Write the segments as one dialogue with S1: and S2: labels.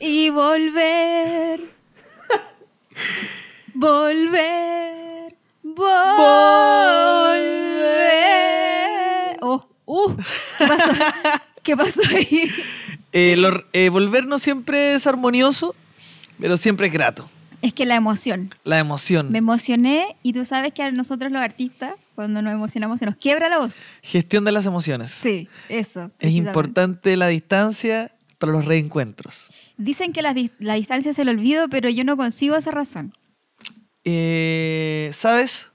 S1: Y volver. volver. Volver. Oh, uh, ¿qué pasó? ¿Qué pasó ahí?
S2: Eh, lo- eh, volver no siempre es armonioso, pero siempre es grato.
S1: Es que la emoción.
S2: La emoción.
S1: Me em- emocioné y tú sabes que a nosotros los artistas, cuando nos emocionamos, se nos quiebra la voz.
S2: Gestión de las emociones.
S1: Sí, eso.
S2: es
S1: precisamente.
S2: importante la distancia para los reencuentros.
S1: Dicen que la, dis- la distancia es el olvido, pero yo no consigo esa razón.
S2: Eh, ¿Sabes?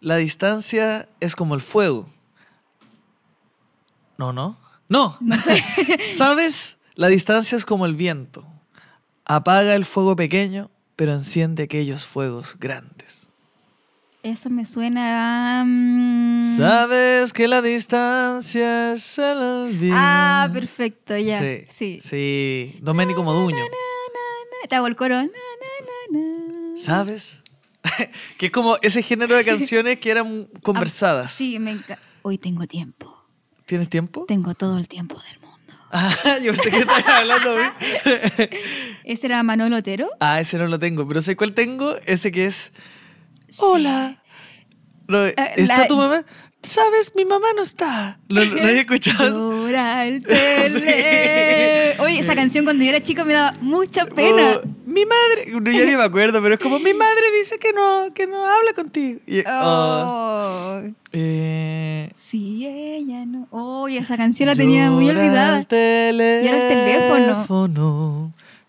S2: La distancia es como el fuego. No, no. No.
S1: No sé.
S2: ¿Sabes? La distancia es como el viento. Apaga el fuego pequeño, pero enciende aquellos fuegos grandes.
S1: Eso me suena a... mm,
S2: ¿Sabes que la distancia es el olvido?
S1: Ah, perfecto, ya.
S2: Sí.
S1: Sí.
S2: sí. Doménico Moduño.
S1: Te hago el coro. Na, na, na, na.
S2: ¿Sabes? que es como ese género de canciones que eran conversadas.
S1: Sí, me encanta. Hoy tengo tiempo.
S2: ¿Tienes tiempo?
S1: Tengo todo el tiempo del mundo.
S2: Ah, yo sé que estás hablando de mí.
S1: ¿Ese era Manuel Otero?
S2: Ah, ese no lo tengo, pero sé cuál tengo, ese que es... Hola. No, ¿Está
S1: Eh, la-
S2: tu mamá? Sabes, mi mamá no está. ¿Lo, lo- ¿Nadie escuchaba?
S1: Llora el tele.
S2: Sí.
S1: Oye, esa canción cuando yo era chica me daba mucha pena.
S2: Oh, mi madre, no, yo ni me acuerdo, pero es como mi madre dice que no, que no habla contigo. Y-
S1: Oh.
S2: oh, eh,
S1: Si ella no. Oye, esa canción la tenía muy
S2: llora
S1: olvidada.
S2: al teléfono,
S1: era el teléfono.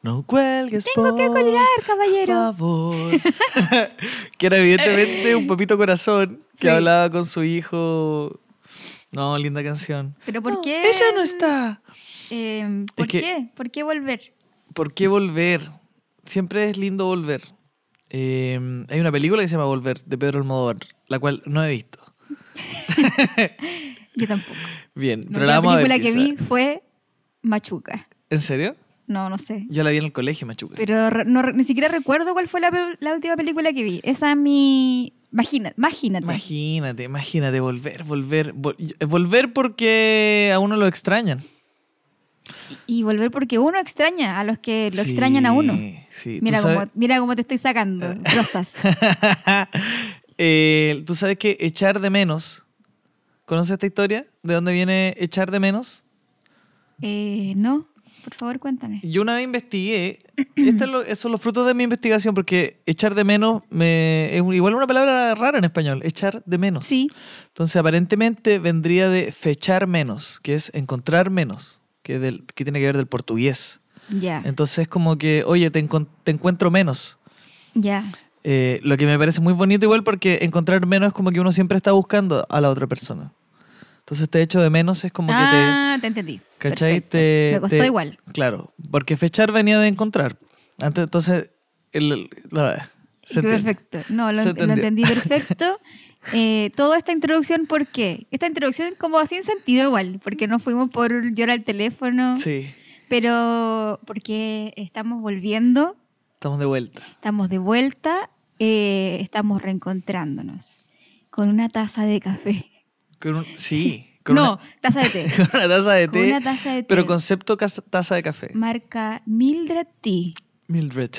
S2: No cuelgues
S1: Tengo que
S2: por
S1: colgar, caballero.
S2: favor. que era evidentemente un papito corazón
S1: Sí.
S2: que hablaba con su hijo. No, linda canción.
S1: Pero ¿por
S2: No,
S1: qué?
S2: Ella no está.
S1: Eh, ¿Por
S2: que-
S1: qué? ¿Por qué volver?
S2: ¿Por qué volver? Siempre es lindo volver. Eh, hay una película que se llama Volver, de Pedro Almodóvar, la cual no he visto.
S1: Yo tampoco.
S2: Bien,
S1: No,
S2: pero la
S1: la
S2: vamos a ver.
S1: película que
S2: quizá.
S1: vi fue Machuca.
S2: ¿En serio?
S1: No, no sé.
S2: Yo la vi en el colegio, Machuca.
S1: Pero re- no re- ni siquiera recuerdo cuál fue la, pe- la última película que vi. Esa es mi. Imagina, imagínate.
S2: Imagínate, imagínate, volver, volver, vol- eh, volver porque a uno lo extrañan.
S1: y volver porque uno extraña a los que Eh, lo extrañan a uno.
S2: Sí, sí. ¿Tú
S1: Mira
S2: sabes?
S1: cómo, mira cómo te estoy sacando, rosas.
S2: Eh, Tú sabes que echar de menos. ¿Conoces esta historia? ¿De dónde viene echar de menos?
S1: Eh, no, por favor, cuéntame.
S2: Yo una vez investigué, estos lo- estos son los frutos de mi investigación, porque echar de menos me, es un- igual una palabra rara en español, echar de menos.
S1: Sí,
S2: Entonces aparentemente vendría de fechar menos, que es encontrar menos, que, es del, que tiene que ver del portugués.
S1: ya,
S2: Entonces como que, oye, te, encon- te encuentro menos.
S1: ya.
S2: Eh, lo que me parece muy bonito igual porque encontrar menos es como que uno siempre está buscando a la otra persona. Entonces te echo de menos es como que
S1: ah, te entendí.
S2: te... ¿Cachai?
S1: Perfecto.
S2: Te,
S1: Me costó
S2: te-
S1: igual.
S2: Claro, porque fechar venía de encontrar. Antes, entonces, el, el- la- se entiende.
S1: perfecto. No, lo,
S2: Se
S1: ent- lo entendí
S2: entendió.
S1: perfecto. Eh, toda esta introducción, ¿por qué? Esta introducción como sin sentido igual, porque nos fuimos por llorar al teléfono,
S2: Sí,
S1: pero porque estamos volviendo,
S2: estamos de vuelta.
S1: estamos de vuelta, eh, estamos reencontrándonos con una taza de café.
S2: Con un- sí, con,
S1: no,
S2: una,
S1: taza de té.
S2: con una taza de
S1: con
S2: té,
S1: una taza de té.
S2: pero concepto casa- taza de café.
S1: marca Mildred Tea.
S2: Mildred.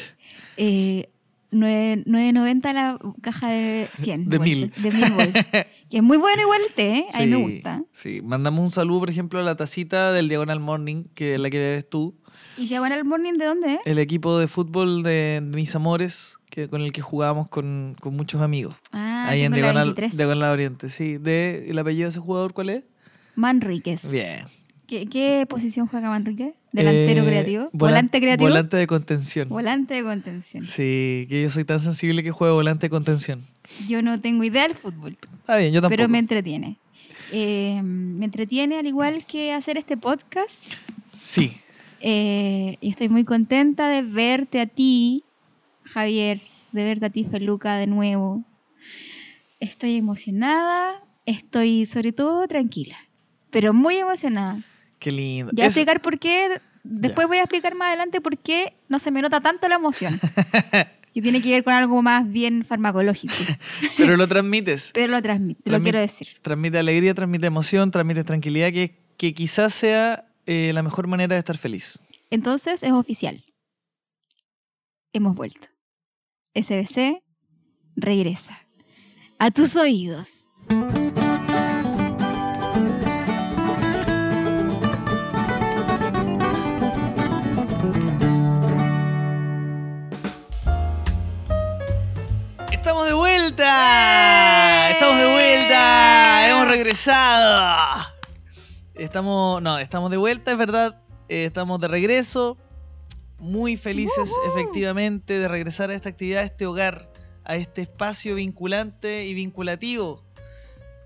S1: Eh, nueve- 9.90 la caja de 100.
S2: De
S1: bolsas,
S2: mil.
S1: De mil bolsas. que es muy bueno igual el té, ¿eh? a mí me
S2: Sí,
S1: gusta.
S2: Sí, mandamos un saludo, por ejemplo, a la tacita del Diagonal Morning, que es la que bebes tú.
S1: ¿Y Diagonal Morning de dónde es?
S2: el equipo de fútbol de, de mis amores, que, con el que jugábamos con, con muchos amigos.
S1: Ah,
S2: ahí en
S1: tengo la
S2: Diagonal,
S1: 23.
S2: Diagonal Oriente, sí. De, ¿El apellido de ese jugador cuál es?
S1: Manríquez.
S2: Bien.
S1: ¿Qué, qué posición juega Manríquez? ¿Delantero
S2: Eh,
S1: creativo?
S2: volan-
S1: ¿Volante creativo? Volante,
S2: Volante de contención.
S1: de contención.
S2: Sí, que yo soy tan sensible que juego volante de contención.
S1: Yo no tengo idea del fútbol,
S2: Está bien, yo tampoco.
S1: pero me entretiene. Eh, me entretiene al igual que hacer este podcast.
S2: Sí.
S1: Eh, y estoy muy contenta de verte a ti, Javier, de verte a ti, Feluca, de nuevo. Estoy emocionada, estoy sobre todo tranquila, pero muy emocionada.
S2: Qué lindo.
S1: Ya voy a
S2: Eso-
S1: explicar por qué, después
S2: Ya.
S1: voy a explicar más adelante por qué no se me nota tanto la emoción. que tiene que ver con algo más bien farmacológico,
S2: pero lo transmites.
S1: pero lo transmito, lo
S2: Transmit-
S1: quiero decir.
S2: Transmite alegría, transmite emoción, transmite tranquilidad, que, que quizás sea eh, la mejor manera de estar feliz.
S1: Entonces es oficial. hemos vuelto. SBC regresa a tus oídos.
S2: ¡Estamos de vuelta! ¡Estamos de vuelta! ¡Hemos regresado! Estamos, no, estamos de vuelta, es verdad. eh, estamos de regreso. Muy felices, efectivamente, de regresar a esta actividad, a este hogar, a este espacio vinculante y vinculativo.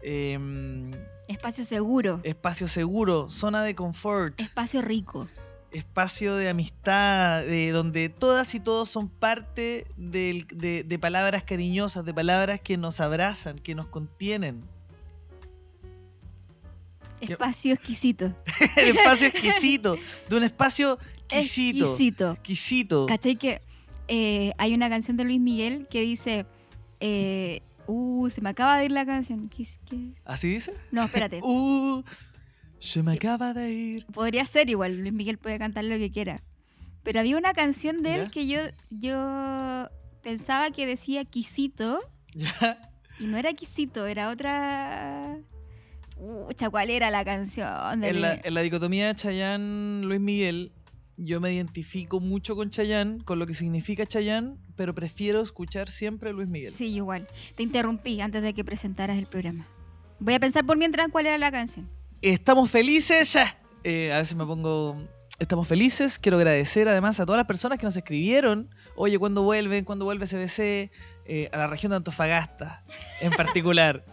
S2: Em,
S1: Espacio seguro,
S2: espacio seguro, zona de confort
S1: espacio rico.
S2: espacio de amistad, de donde todas y todos son parte del- de, de palabras cariñosas, de palabras que nos abrazan, que nos contienen. Qué-
S1: Espacio exquisito.
S2: El espacio exquisito, de un espacio exquisito.
S1: Exquisito.
S2: Exquisito.
S1: ¿Cachai que eh, hay una canción de Luis Miguel que dice... eh, uh, se me acaba de ir la canción. Quis- que-
S2: ¿Así dice?
S1: No, espérate.
S2: Uh, se me acaba de ir.
S1: Podría ser igual, Luis Miguel puede cantar lo que quiera. Pero había una canción de él
S2: ¿Ya?
S1: que yo, yo pensaba que decía Quisito,
S2: Ya.
S1: y no era Quisito, era otra... Ucha, ¿cuál era la canción? de
S2: En, la,
S1: Luis-
S2: en la dicotomía Chayán-Luis Miguel, yo me identifico mucho con Chayán, con lo que significa Chayán, pero prefiero escuchar siempre a Luis Miguel.
S1: Sí, igual. Te interrumpí antes de que presentaras el programa. Voy a pensar por mientras cuál era la canción.
S2: Estamos felices. ah, eh, a veces me pongo. Estamos felices. Quiero agradecer además a todas las personas que nos escribieron. Oye, ¿cuándo vuelven? ¿Cuándo vuelve CBC? Eh, a la región de Antofagasta, en particular.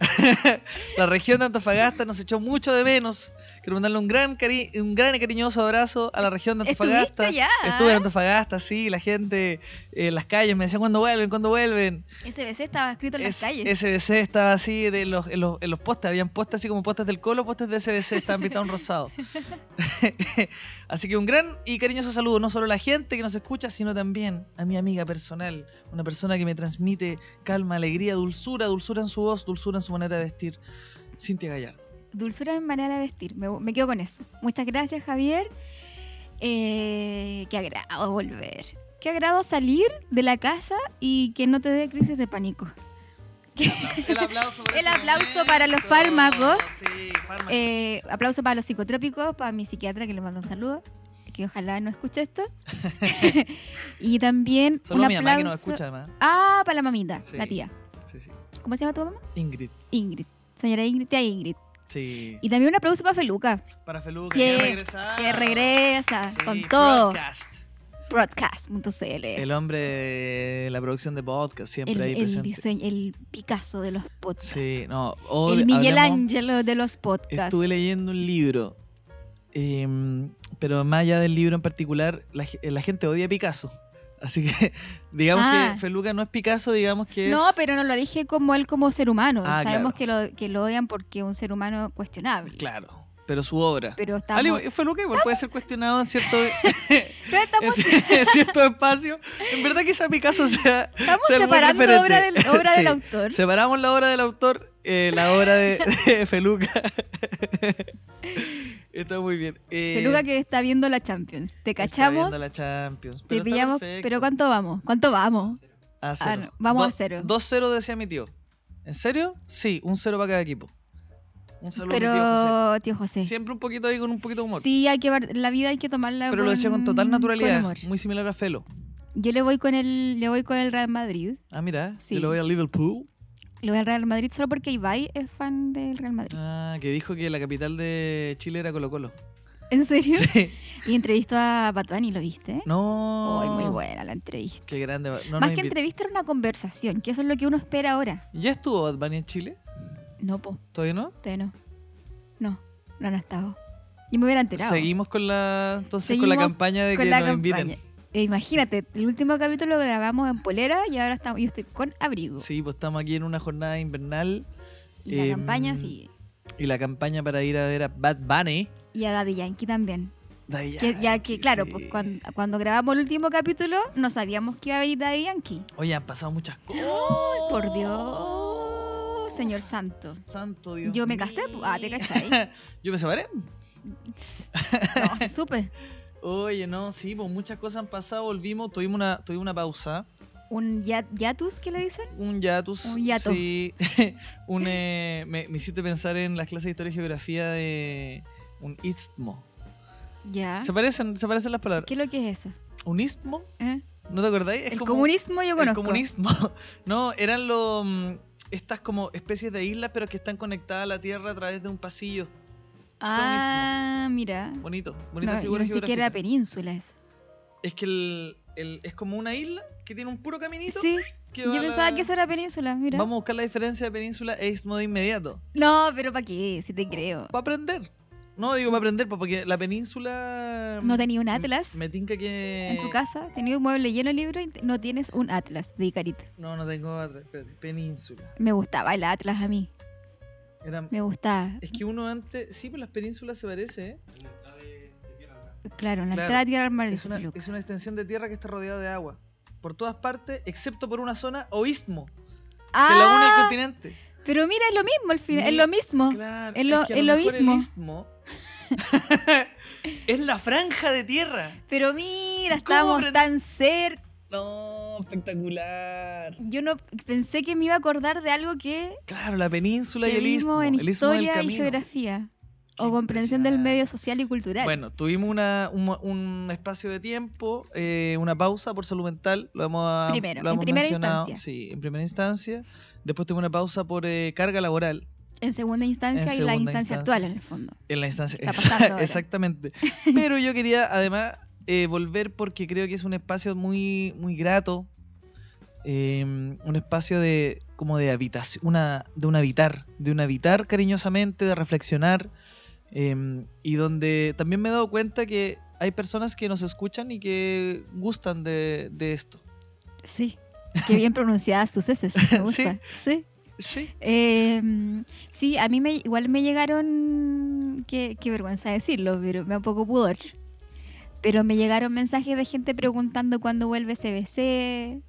S2: la región de Antofagasta nos echó mucho de menos. Quiero mandarle un gran, cari- un gran y cariñoso abrazo a la región de Antofagasta.
S1: ¿Estuviste ya?
S2: Estuve en Antofagasta, sí. La gente eh, en las calles me decía, ¿cuándo vuelven? ¿Cuándo vuelven?
S1: SBC estaba escrito en las
S2: Es-
S1: calles.
S2: SBC estaba así de los, en, los, en los postes, habían postes así como postes del colo, postes de SBC, estaban pintados en rosado. así que un gran y cariñoso saludo, no solo a la gente que nos escucha, sino también a mi amiga personal, una persona que me transmite calma, alegría, dulzura, dulzura en su voz, dulzura en su manera de vestir. Cintia Gallardo.
S1: Dulzura en manera de vestir. Me, me quedo con eso. Muchas gracias, Javier. Eh, qué agrado volver. Qué agrado salir de la casa y que no te dé crisis de pánico.
S2: El aplauso,
S1: El ese aplauso momento. para los fármacos. Eh, aplauso para los psicotrópicos, para mi psiquiatra que le mando un saludo, que ojalá no escuche esto. y también
S2: Solo
S1: un
S2: a mi mamá que nos
S1: aplauso-
S2: escucha además.
S1: Ah, para la mamita,
S2: Sí.
S1: la tía.
S2: Sí, sí.
S1: ¿Cómo se llama tu mamá?
S2: Ingrid.
S1: Ingrid. Señora Ingrid, tía Ingrid.
S2: Sí.
S1: Y también un aplauso para Feluca,
S2: Para Feluca,
S1: que-
S2: que regresa.
S1: que regresa
S2: Ah, Sí,
S1: Ah, con todo.
S2: broadcast.
S1: Broadcast.cl. El,
S2: El hombre de la producción de podcast siempre ahí
S1: el
S2: presente.
S1: diseño, el Picasso de los podcasts.
S2: Sí, no. o-
S1: el Miguel
S2: hablemos-
S1: Ángelo de los podcasts.
S2: Estuve leyendo un libro, em, pero más allá del libro en particular, la, ge- eh, la gente odia a Picasso. Así que digamos
S1: Ah.
S2: que Feluca no es Picasso, digamos que es...
S1: No, pero no lo dije como él como ser humano.
S2: Ah,
S1: Sabemos
S2: claro.
S1: que, lo, que lo odian porque es un ser humano cuestionable.
S2: Claro, pero su obra.
S1: Pero estamos,
S2: Al igual- Feluca igual puede ser cuestionado en cierto,
S1: pero estamos,
S2: en, cierto espacio. En verdad quizá Picasso sea...
S1: estamos
S2: eh, ser muy
S1: separando
S2: diferente.
S1: obra del, obra del
S2: Sí.
S1: autor.
S2: Separamos la obra del autor, eh, la obra de, de Feluca. Está muy bien. Eh,
S1: Feluca que está viendo la Champions. Te
S2: está
S1: cachamos,
S2: viendo la Champions,
S1: te
S2: pero está
S1: pillamos.
S2: perfecto.
S1: Pero ¿cuánto vamos? ¿Cuánto vamos?
S2: A cero.
S1: no, vamos a
S2: Do-
S1: cero.
S2: 2-0 decía mi tío. ¿En serio? Sí, un cero para cada equipo. Un saludo a mi tío José.
S1: Pero, tío José.
S2: Siempre un poquito ahí con un poquito de humor.
S1: Sí, hay que ver- la vida hay que tomarla
S2: pero lo decía con total naturalidad.
S1: humor.
S2: muy similar a Felo.
S1: Yo le voy con el le voy con el Real Madrid.
S2: Ah, mira,
S1: Sí.
S2: yo lo voy a Liverpool.
S1: Le voy al Real Madrid solo porque Ibai es fan del Real Madrid.
S2: Ah, que dijo que la capital de Chile era Colo Colo.
S1: ¿En serio?
S2: Ah, Sí.
S1: Y entrevistó a Batuani, ¿lo viste?
S2: No.
S1: Ay, muy buena la entrevista.
S2: Qué grande. No nos
S1: Más que
S2: invitó.
S1: entrevista era una conversación, que eso es lo que uno espera ahora.
S2: ¿Ya estuvo Bad Bunny en Chile?
S1: No, po,
S2: ¿Todavía no?
S1: todavía no. No, no han estado. Yo me hubiera enterado.
S2: Seguimos con la entonces con la
S1: Seguimos
S2: campaña de
S1: con
S2: que
S1: la
S2: nos inviten.
S1: campaña. Eh, imagínate, el último capítulo lo grabamos en polera y ahora estamos, yo estoy con abrigo.
S2: Sí, pues estamos aquí en una jornada invernal
S1: y la
S2: em,
S1: campaña sigue.
S2: y la campaña para ir a ver a Bad Bunny.
S1: Y a Daddy Yankee también.
S2: Daddy
S1: Que, ya que,
S2: Yankee,
S1: claro,
S2: sí.
S1: pues cuan- cuando, grabamos el último capítulo, no sabíamos que iba a ir Daddy Yankee.
S2: Oye, han pasado muchas cosas.
S1: Por Dios, señor santo.
S2: Santo Oh, Dios.
S1: Yo me casé, ah,
S2: mío.
S1: pues. ah, te cachai.
S2: Yo me separé.
S1: No, se supe.
S2: Oye, no, sí, pues muchas cosas han pasado, volvimos, tuvimos una, tuvimos una pausa,
S1: ¿Un ya- yatus que le dicen?
S2: un hiatus.
S1: Un hiato.
S2: Sí, un, eh, me, me hiciste pensar en las clases de historia y geografía de un istmo.
S1: Ya.
S2: Se parecen, se parecen las palabras.
S1: Ah. ¿Qué es lo que es eso?
S2: ¿Un istmo?
S1: ¿Eh?
S2: ¿No te acordáis? Es
S1: el
S2: como-
S1: comunismo yo
S2: El
S1: conozco.
S2: comunismo. No, eran los mm, estas como especies de islas, pero que están conectadas a la Tierra a través de un pasillo.
S1: Ah, mira.
S2: Bonito, bonita
S1: No, yo
S2: figura
S1: pensé que era
S2: geográfica.
S1: península eso.
S2: Es que el, el- es como una isla que tiene un puro caminito.
S1: Sí,
S2: que va
S1: yo
S2: a
S1: pensaba
S2: la-
S1: que eso era península, mira.
S2: Vamos a buscar la diferencia de península e istmo de inmediato.
S1: No, pero ¿para qué? Si te creo.
S2: Para aprender. No digo para aprender, pues, porque la península.
S1: ¿No tenía un
S2: m-
S1: atlas?
S2: Me tinca que.
S1: En tu casa tenía un mueble lleno de libros y te- no tienes un atlas de Icarita.
S2: No, no tengo atlas. espérate, Península.
S1: Me gustaba el atlas a mí.
S2: Era-
S1: Me gustaba.
S2: Es que uno antes. Sí, pues las penínsulas se parece, ¿eh?
S1: Claro, una
S2: Claro.
S1: entrada tierra al mar de
S2: Es una,
S1: Fuluca.
S2: es una extensión de tierra que está rodeada de agua. Por todas partes, excepto por una zona o istmo, que la une al
S1: Ah,
S2: continente.
S1: pero mira, es lo mismo al final. Es
S2: Mira,
S1: lo mismo.
S2: Claro,
S1: es lo-
S2: que a
S1: es lo
S2: mejor el
S1: mismo.
S2: istmo es la franja de tierra.
S1: Pero mira,
S2: ¿Cómo
S1: estábamos
S2: aprend-
S1: tan cerca.
S2: No, espectacular.
S1: Yo no pensé que me iba a acordar de algo que,
S2: Claro, la península y
S1: que
S2: el istmo.
S1: vimos en
S2: el istmo del
S1: historia y
S2: camino.
S1: geografía.
S2: Qué
S1: o comprensión del
S2: impresionante.
S1: medio social y cultural.
S2: Bueno, tuvimos una, un, un espacio de tiempo, eh, una pausa por salud mental. Lo vamos a,
S1: Primero,
S2: lo
S1: en
S2: hemos
S1: primera
S2: mencionado.
S1: instancia.
S2: Sí, en primera instancia. Después tuvimos una pausa por eh, carga laboral.
S1: en segunda instancia
S2: en
S1: y la
S2: segunda
S1: instancia
S2: instancia.
S1: actual, en el fondo.
S2: En la instancia.
S1: Está pasando ahora.
S2: Exactamente. Pero yo quería además eh, volver porque creo que es un espacio muy, muy grato. eh, un espacio de como de habitación, una, de un habitar, de un habitar cariñosamente, de reflexionar. eh, y donde también me he dado cuenta que hay personas que nos escuchan y que gustan de, de esto.
S1: Sí. Qué bien pronunciadas tus heces. Me gusta. Sí.
S2: Sí.
S1: Eh, sí, a mí me, igual me llegaron, qué, qué vergüenza decirlo, pero me da un poco pudor. Pero me llegaron mensajes de gente preguntando cuándo vuelve CBC,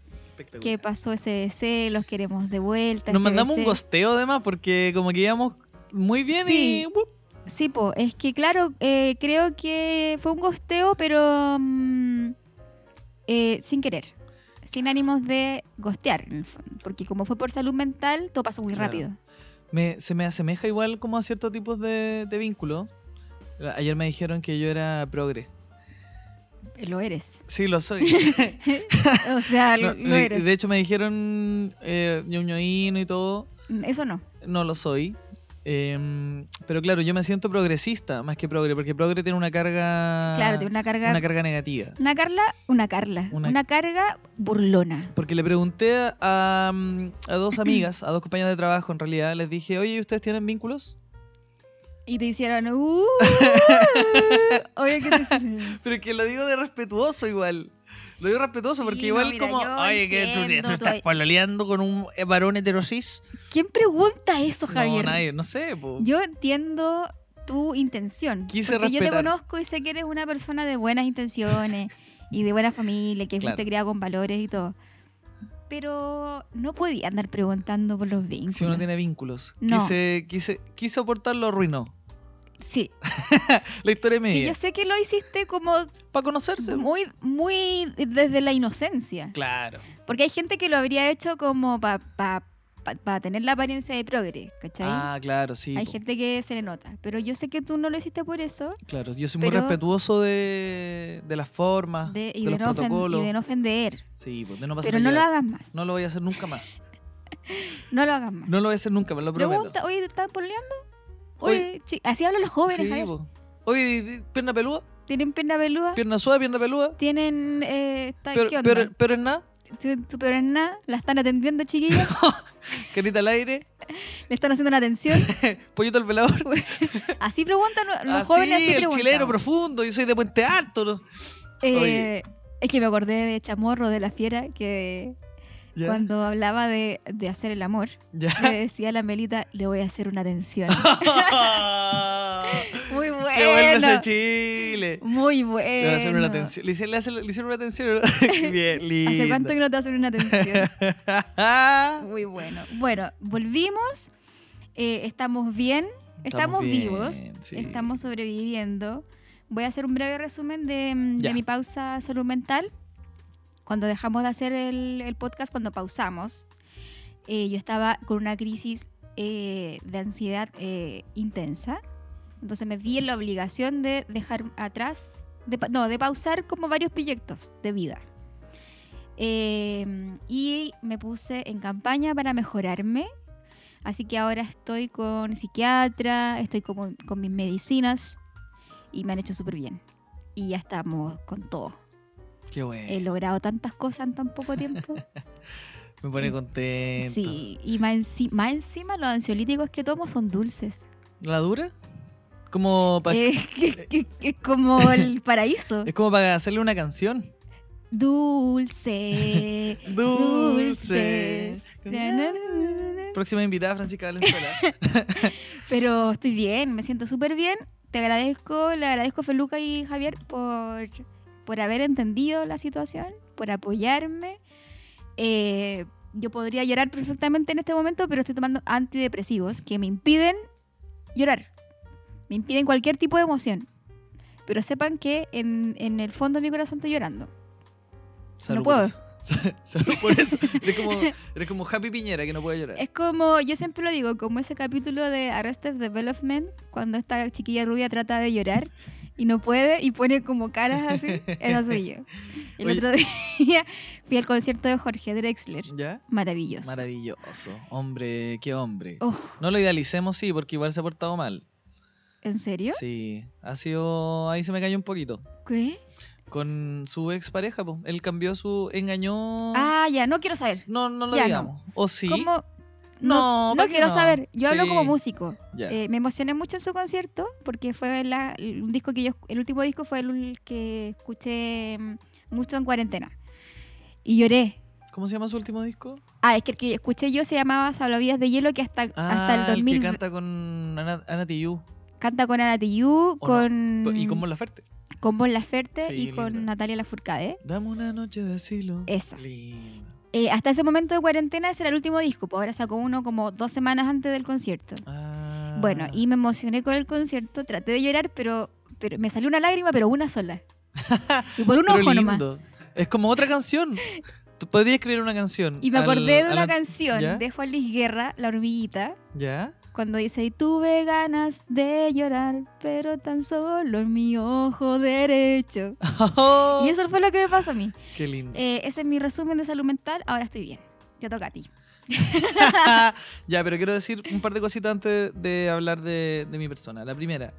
S1: qué pasó CBC, los queremos de vuelta.
S2: Nos mandamos un
S1: CBC.
S2: gosteo además porque como que íbamos muy bien
S1: Sí.
S2: y... ¡wup!
S1: Sí, po, es que claro, eh, creo que fue un gosteo, pero mm, eh, sin querer. Sin ánimos de gostear, en el fondo. Porque como fue por salud mental, todo pasó muy
S2: Claro.
S1: rápido.
S2: me- se me asemeja igual como a ciertos tipos de, de vínculo. La- Ayer me dijeron que yo era progre.
S1: Eh, Lo eres.
S2: Sí, lo soy.
S1: O sea, lo,
S2: No,
S1: lo
S2: de-
S1: eres.
S2: De hecho, me dijeron eh, ñoñoíno y todo.
S1: Mm, Eso no.
S2: No lo soy. Em, pero claro, yo me siento progresista más que progre, porque progre tiene una carga.
S1: claro, tiene una carga.
S2: Ah, una
S1: Una,
S2: carga negativa.
S1: Carla, una Carla.
S2: Una-
S1: Una, carga burlona.
S2: Porque le pregunté a, mm, a dos amigas, a dos compañeras de trabajo en realidad, les dije, oye, ¿y ¿ustedes tienen vínculos?
S1: Y te hicieron. "Uh". Obvio que te hicieron.
S2: Pero que lo digo de respetuoso igual. Lo digo respetuoso porque
S1: Sí,
S2: igual
S1: no, mira,
S2: como,
S1: yo
S2: oye, que tú- tú,
S1: entiendo, tú
S2: estás
S1: hay-
S2: pololeando con un eh, varón heterosis.
S1: ¿Quién pregunta eso, Javier?
S2: No, nadie, no sé. po.
S1: Yo entiendo tu intención.
S2: Quise
S1: porque yo te
S2: respetar.
S1: conozco y sé que eres una persona de buenas intenciones y de buena familia, que
S2: Claro.
S1: fuiste creada con valores y todo. Pero no podía andar preguntando por los vínculos.
S2: Si uno tiene vínculos.
S1: No.
S2: Quise, quise, quise aportar lo arruinó.
S1: Sí,
S2: La historia
S1: y
S2: media.
S1: yo sé que lo hiciste como
S2: Para conocerse.
S1: muy, muy desde la inocencia.
S2: Claro.
S1: Porque hay gente que lo habría hecho como para tener la apariencia de progre, ¿cachai?
S2: Ah, claro, sí.
S1: hay
S2: po.
S1: gente que se le nota. Pero yo sé que tú no lo hiciste por eso.
S2: Claro, yo soy muy
S1: Pero-
S2: respetuoso de, de las formas, Ah, de,
S1: de- y,
S2: los
S1: de no ofen-
S2: protocolos.
S1: y de no ofender.
S2: Sí, po, de no pasar
S1: Pero no lo
S2: allá.
S1: hagas más.
S2: No lo voy a hacer nunca más.
S1: No lo hagas más.
S2: No lo voy a hacer nunca, me lo prometo.
S1: Pregunta, oye, ¿te estás pololeando?
S2: Oye.
S1: Oye, chi- así hablan los jóvenes,
S2: Sí,
S1: a ver.
S2: po. Oye, di- di- pierna peluda,
S1: Tienen pierna peluda,
S2: pierna suave, pierna peluda.
S1: tienen... Eh, está-
S2: Pero,
S1: ¿Qué onda?
S2: pero, pero es nada,
S1: Su- su peor en nada, la están atendiendo, chiquillas.
S2: carita al aire,
S1: le están haciendo una atención.
S2: pollito al velador.
S1: Así preguntan los
S2: Ah,
S1: jóvenes,
S2: sí,
S1: así
S2: el
S1: preguntan.
S2: chileno profundo, yo soy de Puente Alto. ¿no?
S1: Eh, es que me acordé de Chamorro, de la fiera, que
S2: Ya,
S1: cuando hablaba de, de hacer el amor, le
S2: ya.
S1: decía a la Melita, le voy a hacer una atención. Muy
S2: que vuelves
S1: bueno.
S2: a Chile.
S1: Muy bueno.
S2: Le va a hacer una atención. Le, hice- le hace- le hicieron una atención. Bien, lindo.
S1: ¿Hace cuánto que no te hacen una atención?
S2: Estamos,
S1: Muy bueno. Bueno, volvimos. eh, estamos bien. Estamos vivos,
S2: bien, sí.
S1: Estamos sobreviviendo. Voy a hacer un breve resumen de, mm, de
S2: Ya.
S1: mi pausa salud mental. Cuando dejamos de hacer el, el podcast, cuando pausamos, eh, yo estaba con una crisis eh, de ansiedad eh, intensa. Entonces me vi en la obligación de dejar atrás, de pa- no, de pausar como varios proyectos de vida. Eh, y me puse en campaña para mejorarme. Así que ahora estoy con psiquiatra, estoy como- con mis medicinas y me han hecho súper bien. Y ya estamos con todo.
S2: Qué bueno.
S1: He logrado tantas cosas en tan poco tiempo.
S2: Me pone contento.
S1: Sí, y más, enci- más encima los ansiolíticos que tomo son dulces.
S2: ¿La dura? Como pa-
S1: Es que- que- que es como el paraíso.
S2: Es como para hacerle una canción.
S1: Dulce.
S2: Dulce.
S1: Na, na, na, na, na.
S2: Próxima invitada, Francisca Valenzuela.
S1: Pero estoy bien, me siento súper bien. Te agradezco, le agradezco a Feluca y Javier por, por haber entendido la situación, por apoyarme. Eh, yo podría llorar perfectamente en este momento, pero estoy tomando antidepresivos que me impiden llorar. Me impiden cualquier tipo de emoción. Pero sepan que en, en el fondo de mi corazón estoy llorando.
S2: Salud
S1: No puedo.
S2: por eso. Salud por eso. Eres como, eres como Happy Piñera que no puede llorar.
S1: Es como, yo siempre lo digo, como ese capítulo de Arrested Development, cuando esta chiquilla rubia trata de llorar y no puede y pone como caras así, esa soy yo. El
S2: Oye.
S1: otro día fui al concierto de Jorge Drexler,
S2: ¿Ya?
S1: maravilloso.
S2: Maravilloso. Hombre, qué hombre.
S1: Oh,
S2: No lo idealicemos, sí, porque igual se ha portado mal.
S1: ¿En serio?
S2: Sí. Ha sido. Ahí se me cayó un poquito.
S1: ¿Qué?
S2: Con su expareja, pues. Él cambió su. engañó.
S1: Ah, ya, no quiero saber.
S2: no, no lo
S1: ya no.
S2: digamos. O sí.
S1: ¿Cómo?
S2: No,
S1: No, no,
S2: ¿para qué
S1: quiero
S2: no?
S1: saber. Yo hablo
S2: Sí.
S1: como músico.
S2: Ya.
S1: Eh, me emocioné mucho en su concierto porque fue la- un disco que yo, el último disco fue el que escuché mm, mucho en cuarentena. Y lloré.
S2: ¿Cómo se llama su último disco?
S1: Ah, es que el que escuché yo se llamaba Salvavidas de Hielo, que hasta, hasta el 2000
S2: Ah, que canta con Ana, Ana Tijoux.
S1: canta con Ana Tijoux,
S2: no,
S1: con,
S2: Y con Mon Laferte.
S1: con Bon Laferte
S2: Sí,
S1: y con
S2: linda.
S1: Natalia Lafourcade.
S2: Dame una noche de asilo.
S1: Esa.
S2: Linda.
S1: Eh, hasta ese momento de cuarentena ese era el último disco, pues ahora sacó uno como dos semanas antes del concierto.
S2: Ah.
S1: Bueno, y me emocioné con el concierto, traté de llorar, pero, pero me salió una lágrima, pero una sola. y por un
S2: Pero
S1: ojo nomás.
S2: lindo. Es como otra canción. Tú podrías escribir una canción.
S1: Y me
S2: al-
S1: acordé de
S2: a
S1: una
S2: la-
S1: canción
S2: ¿Ya?
S1: de Juan Luis Guerra, La Hormiguita,
S2: ¿Ya?
S1: cuando dice, y tuve ganas de llorar, pero tan solo en mi ojo derecho. Y eso fue lo que me pasó a mí.
S2: Qué lindo.
S1: Eh, ese es mi resumen de salud mental, ahora estoy bien. Te toca a ti.
S2: ya, pero quiero decir un par de cositas antes de hablar de, de mi persona. La primera,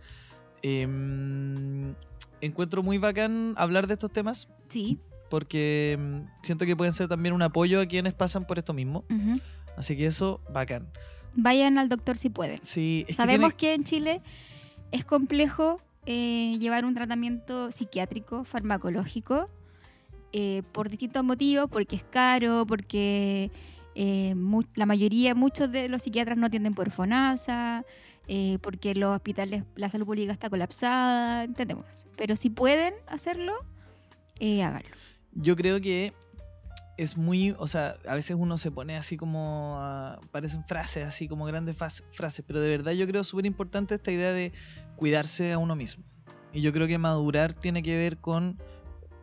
S2: em, encuentro muy bacán hablar de estos temas
S1: Sí.
S2: porque em, siento que pueden ser también un apoyo a quienes pasan por esto mismo.
S1: ujú.
S2: Así que eso, bacán.
S1: Vayan al doctor si pueden.
S2: Sí, es que
S1: Sabemos
S2: tiene-
S1: que, en Chile es complejo eh, llevar un tratamiento psiquiátrico, farmacológico, eh, por distintos motivos, porque es caro, porque eh, mu- la mayoría, muchos de los psiquiatras no atienden por FONASA, eh, porque los hospitales, la salud pública está colapsada, entendemos. Pero si pueden hacerlo, eh, háganlo.
S2: yo creo que es muy, o sea, a veces uno se pone así como, ah, parecen frases, así como grandes fas- frases, pero de verdad yo creo súper importante esta idea de cuidarse a uno mismo. Y yo creo que madurar tiene que ver con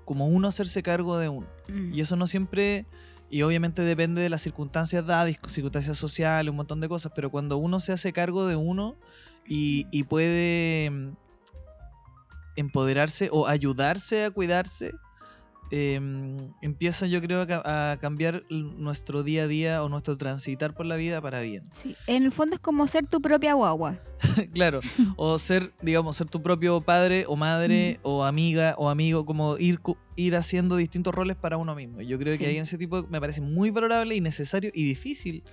S2: como uno hacerse cargo de uno.
S1: Mm.
S2: Y eso no siempre, y obviamente depende de las circunstancias dadas, circunstancias sociales, un montón de cosas, pero cuando uno se hace cargo de uno y, y puede mm, empoderarse o ayudarse a cuidarse, eh, empieza yo creo a ca- a cambiar l- nuestro día a día o nuestro transitar por la vida para bien.
S1: Sí, En el fondo es como ser tu propia guagua.
S2: claro, o ser, digamos, ser tu propio padre o madre o amiga o amigo, como ir, cu- ir haciendo distintos roles para uno mismo. Yo creo
S1: Sí.
S2: que ahí en ese tipo me parece muy valorable y necesario y difícil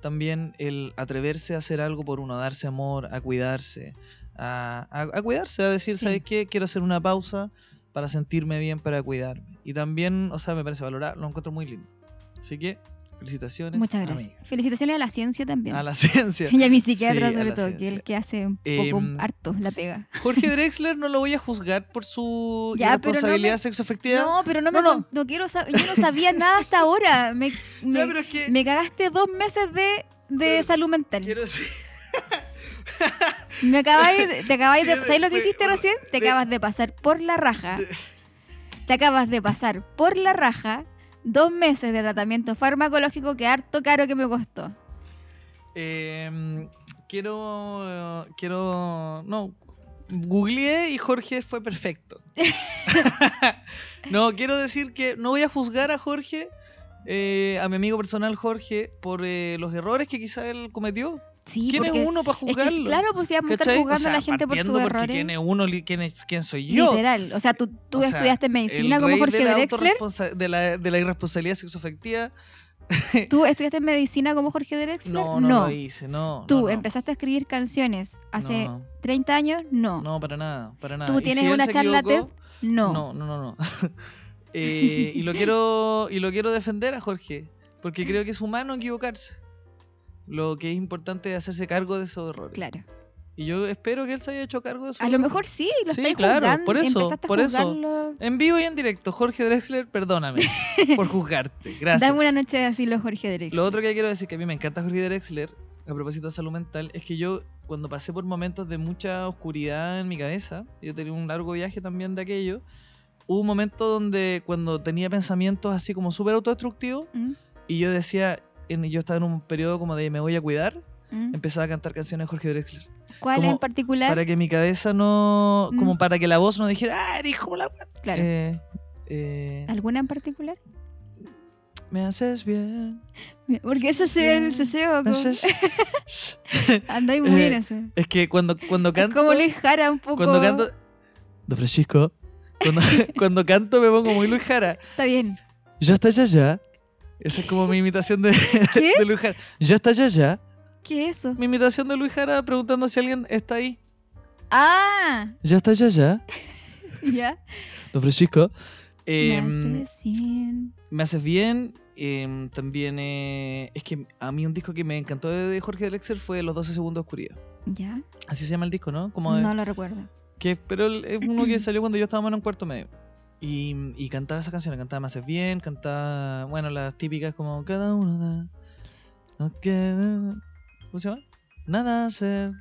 S2: también el atreverse a hacer algo por uno, a darse amor, a cuidarse, a, a- a cuidarse, a decir,
S1: Sí.
S2: ¿sabes qué? Quiero hacer una pausa para sentirme bien, para cuidarme. Y también, o sea, me parece valorable, lo encuentro muy lindo. Así que, felicitaciones.
S1: Muchas gracias.
S2: amiga.
S1: Felicitaciones a la ciencia también.
S2: A la ciencia.
S1: Y a mi psiquiatra,
S2: Sí, a
S1: sobre
S2: la
S1: todo, que
S2: ciencia.
S1: el que hace un
S2: Eh,
S1: poco harto la pega.
S2: Jorge Drexler no lo voy a juzgar por su
S1: Ya, pero no
S2: irresponsabilidad
S1: me-
S2: sexoafectiva.
S1: No, pero no me
S2: No, no.
S1: con- no quiero saber. Yo no sabía nada hasta ahora. Me, me,
S2: Ya, pero es que
S1: me cagaste dos meses de, de
S2: Pero
S1: salud mental.
S2: quiero decir...
S1: Me acabáis, de- te acabáis
S2: Sí,
S1: de.
S2: de-
S1: ¿Sabes lo que
S2: de-
S1: hiciste recién? Te
S2: de-
S1: acabas de pasar por la raja. Te acabas de pasar por la raja dos meses de tratamiento farmacológico que harto caro que me costó.
S2: Eh, quiero. Quiero. No. Googleé y Jorge fue perfecto. no, quiero decir que no voy a juzgar a Jorge, eh, a mi amigo personal Jorge, por eh, los errores que quizá él cometió.
S1: Sí,
S2: ¿Quién es
S1: porque-
S2: uno para
S1: es que,
S2: juzgarlo?
S1: claro, pues íbamos a estar
S2: ¿Cachai? O
S1: juzgando
S2: sea,
S1: a la gente por
S2: partiendo
S1: sus
S2: porque
S1: errores.
S2: ¿Quién es uno? li- ¿Quién, es- quién soy yo?
S1: Literal. O sea, tú, tú
S2: O sea,
S1: estudiaste medicina
S2: El
S1: como
S2: rey
S1: Jorge
S2: de la
S1: Drexler.
S2: autorresponsa- de, la, de la irresponsabilidad sexoafectiva.
S1: ¿Tú estudiaste medicina como Jorge Drexler?
S2: No, no, lo hice, no. no,
S1: Tú
S2: no.
S1: empezaste a escribir canciones hace
S2: No,
S1: 30 años. No.
S2: no, no, para nada, para nada.
S1: ¿Tú
S2: Y si
S1: tienes
S2: él
S1: una
S2: se
S1: charla
S2: equivocó,
S1: TED? No.
S2: No, no, no, no. Eh, y lo quiero y lo quiero defender a Jorge, porque creo que es humano equivocarse. Lo que es importante es hacerse cargo de esos errores.
S1: Claro.
S2: Y yo espero que él se haya hecho cargo de esos
S1: A lo
S2: errores.
S1: mejor sí, lo
S2: Sí,
S1: estáis
S2: claro,
S1: juzgando,
S2: por eso,
S1: empezaste a
S2: por eso.
S1: juzgarlo.
S2: En vivo y en directo, Jorge Drexler, perdóname por juzgarte. Gracias.
S1: Dame una noche de asilo, Jorge Drexler.
S2: Lo otro que quiero decir que a mí me encanta Jorge Drexler, a propósito de salud mental, es que yo cuando pasé por momentos de mucha oscuridad en mi cabeza, yo tenía un largo viaje también de aquello, hubo un momento donde cuando tenía pensamientos así como súper autodestructivos
S1: Mm,
S2: y yo decía, en- yo estaba en un periodo como de me voy a cuidar,
S1: mm.
S2: empezaba a cantar canciones de Jorge Drexler.
S1: ¿Cuál
S2: Em, como
S1: en particular?
S2: Para que mi cabeza no, como
S1: Mm.
S2: para que la voz no dijera, ah, eres como la... wea".
S1: Claro.
S2: Eh, eh,
S1: ¿Alguna en particular?
S2: me haces bien.
S1: Porque eso se ve en el suceo.
S2: me
S1: como-
S2: haces-
S1: Andáis muy bien
S2: Eh,
S1: eso.
S2: Es que cuando, cuando
S1: Es
S2: canto.
S1: como Luis Jara un poco.
S2: Cuando canto. Don Francisco. Cuando, cuando canto me pongo muy Luis Jara.
S1: Está bien.
S2: Ya está ya ya. Esa es como mi imitación de,
S1: ¿Qué?
S2: de Luis Jara. Ya está ya ya.
S1: ¿Qué es eso?
S2: Mi imitación de Luis Jara preguntando si alguien está ahí.
S1: Ah,
S2: Ya está ya ya.
S1: ya.
S2: Don Francisco.
S1: Me
S2: Eh,
S1: haces bien.
S2: me haces bien. eh, también eh, es que a mí un disco que me encantó de Jorge Drexler fue Los 12 segundos de oscuridad.
S1: Ya.
S2: Así se llama el disco, ¿no? Como de-
S1: No lo recuerdo.
S2: que pero el- es uno que salió cuando yo estaba más en cuarto medio. Y, y cantaba esas canciones, cantaba Me haces bien, cantaba, bueno, las típicas como cada uno da. no queda- ¿Cómo se llama? Nada hacer.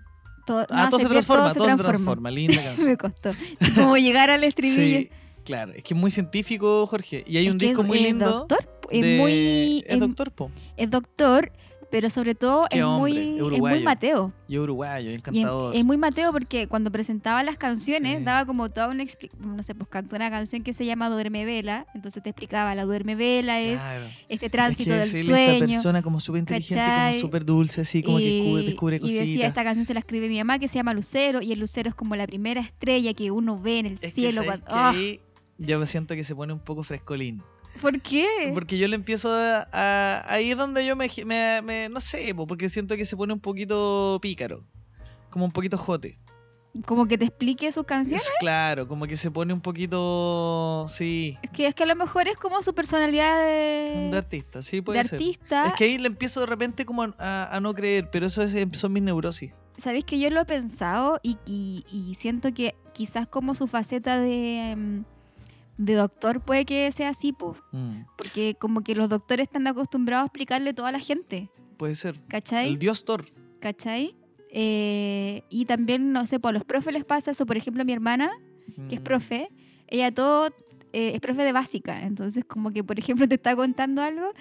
S1: Todo,
S2: Ah,
S1: no,
S2: todo
S1: sé
S2: se
S1: que
S2: transforma, todo se transforma. Linda
S1: Me
S2: canción.
S1: costó. Como llegar al estribillo.
S2: Sí, claro, es que es muy científico, Jorge. Y hay un
S1: Es que
S2: disco
S1: es-
S2: muy
S1: es
S2: lindo.
S1: Doctor, es
S2: de-
S1: muy. em,
S2: Es doctor, po.
S1: es doctor, pero sobre todo
S2: Qué
S1: es,
S2: hombre,
S1: muy, es muy
S2: uruguayo,
S1: Mateo.
S2: Y uruguayo, y
S1: Y en-
S2: encantador.
S1: es muy Mateo porque cuando presentaba las canciones
S2: Sí.
S1: daba como toda una expli- no sé, pues cantó una canción que se llama Duerme Vela, entonces te explicaba, la Duerme Vela es
S2: Claro.
S1: este
S2: Es
S1: tránsito
S2: que es
S1: del
S2: él,
S1: sueño.
S2: esta persona como súper inteligente,
S1: ¿cachai?
S2: como súper dulce, así como que cu- descubre
S1: y
S2: cositas.
S1: decía, esta canción se la escribe mi mamá que se llama Lucero y el Lucero es como la primera estrella que uno ve en el
S2: Es que,
S1: cielo.
S2: ¿sabes
S1: cuando-
S2: qué?
S1: ¡Ah!
S2: Ahí yo me siento que se pone un poco frescolín.
S1: ¿Por qué?
S2: Porque yo le empiezo a... a- ahí es donde yo me, me- me- No sé, po, porque siento que se pone un poquito pícaro. Como un poquito jote.
S1: Como que te explique sus canciones.
S2: Es claro, como que se pone un poquito... Sí.
S1: Es que, es que a lo mejor es como su personalidad de,
S2: De artista, sí,
S1: Eh, de
S2: puede ser.
S1: artista.
S2: Es que ahí le empiezo de repente como a, a- a no creer, pero eso es- son mis neurosis.
S1: Sabéis que yo lo he pensado y, y- y siento que quizás como su faceta de, em, de doctor puede que sea así, po,
S2: Mm,
S1: porque como que los doctores están acostumbrados a explicarle todo a la gente,
S2: puede ser.
S1: ¿cachai?
S2: El dios Thor.
S1: ¿Cachai? Eh, y también, no sé, pues a los profes les pasa eso, por ejemplo, mi hermana, que es
S2: Mm,
S1: profe, ella todo eh, es profe de básica, entonces como que, por ejemplo, te está contando algo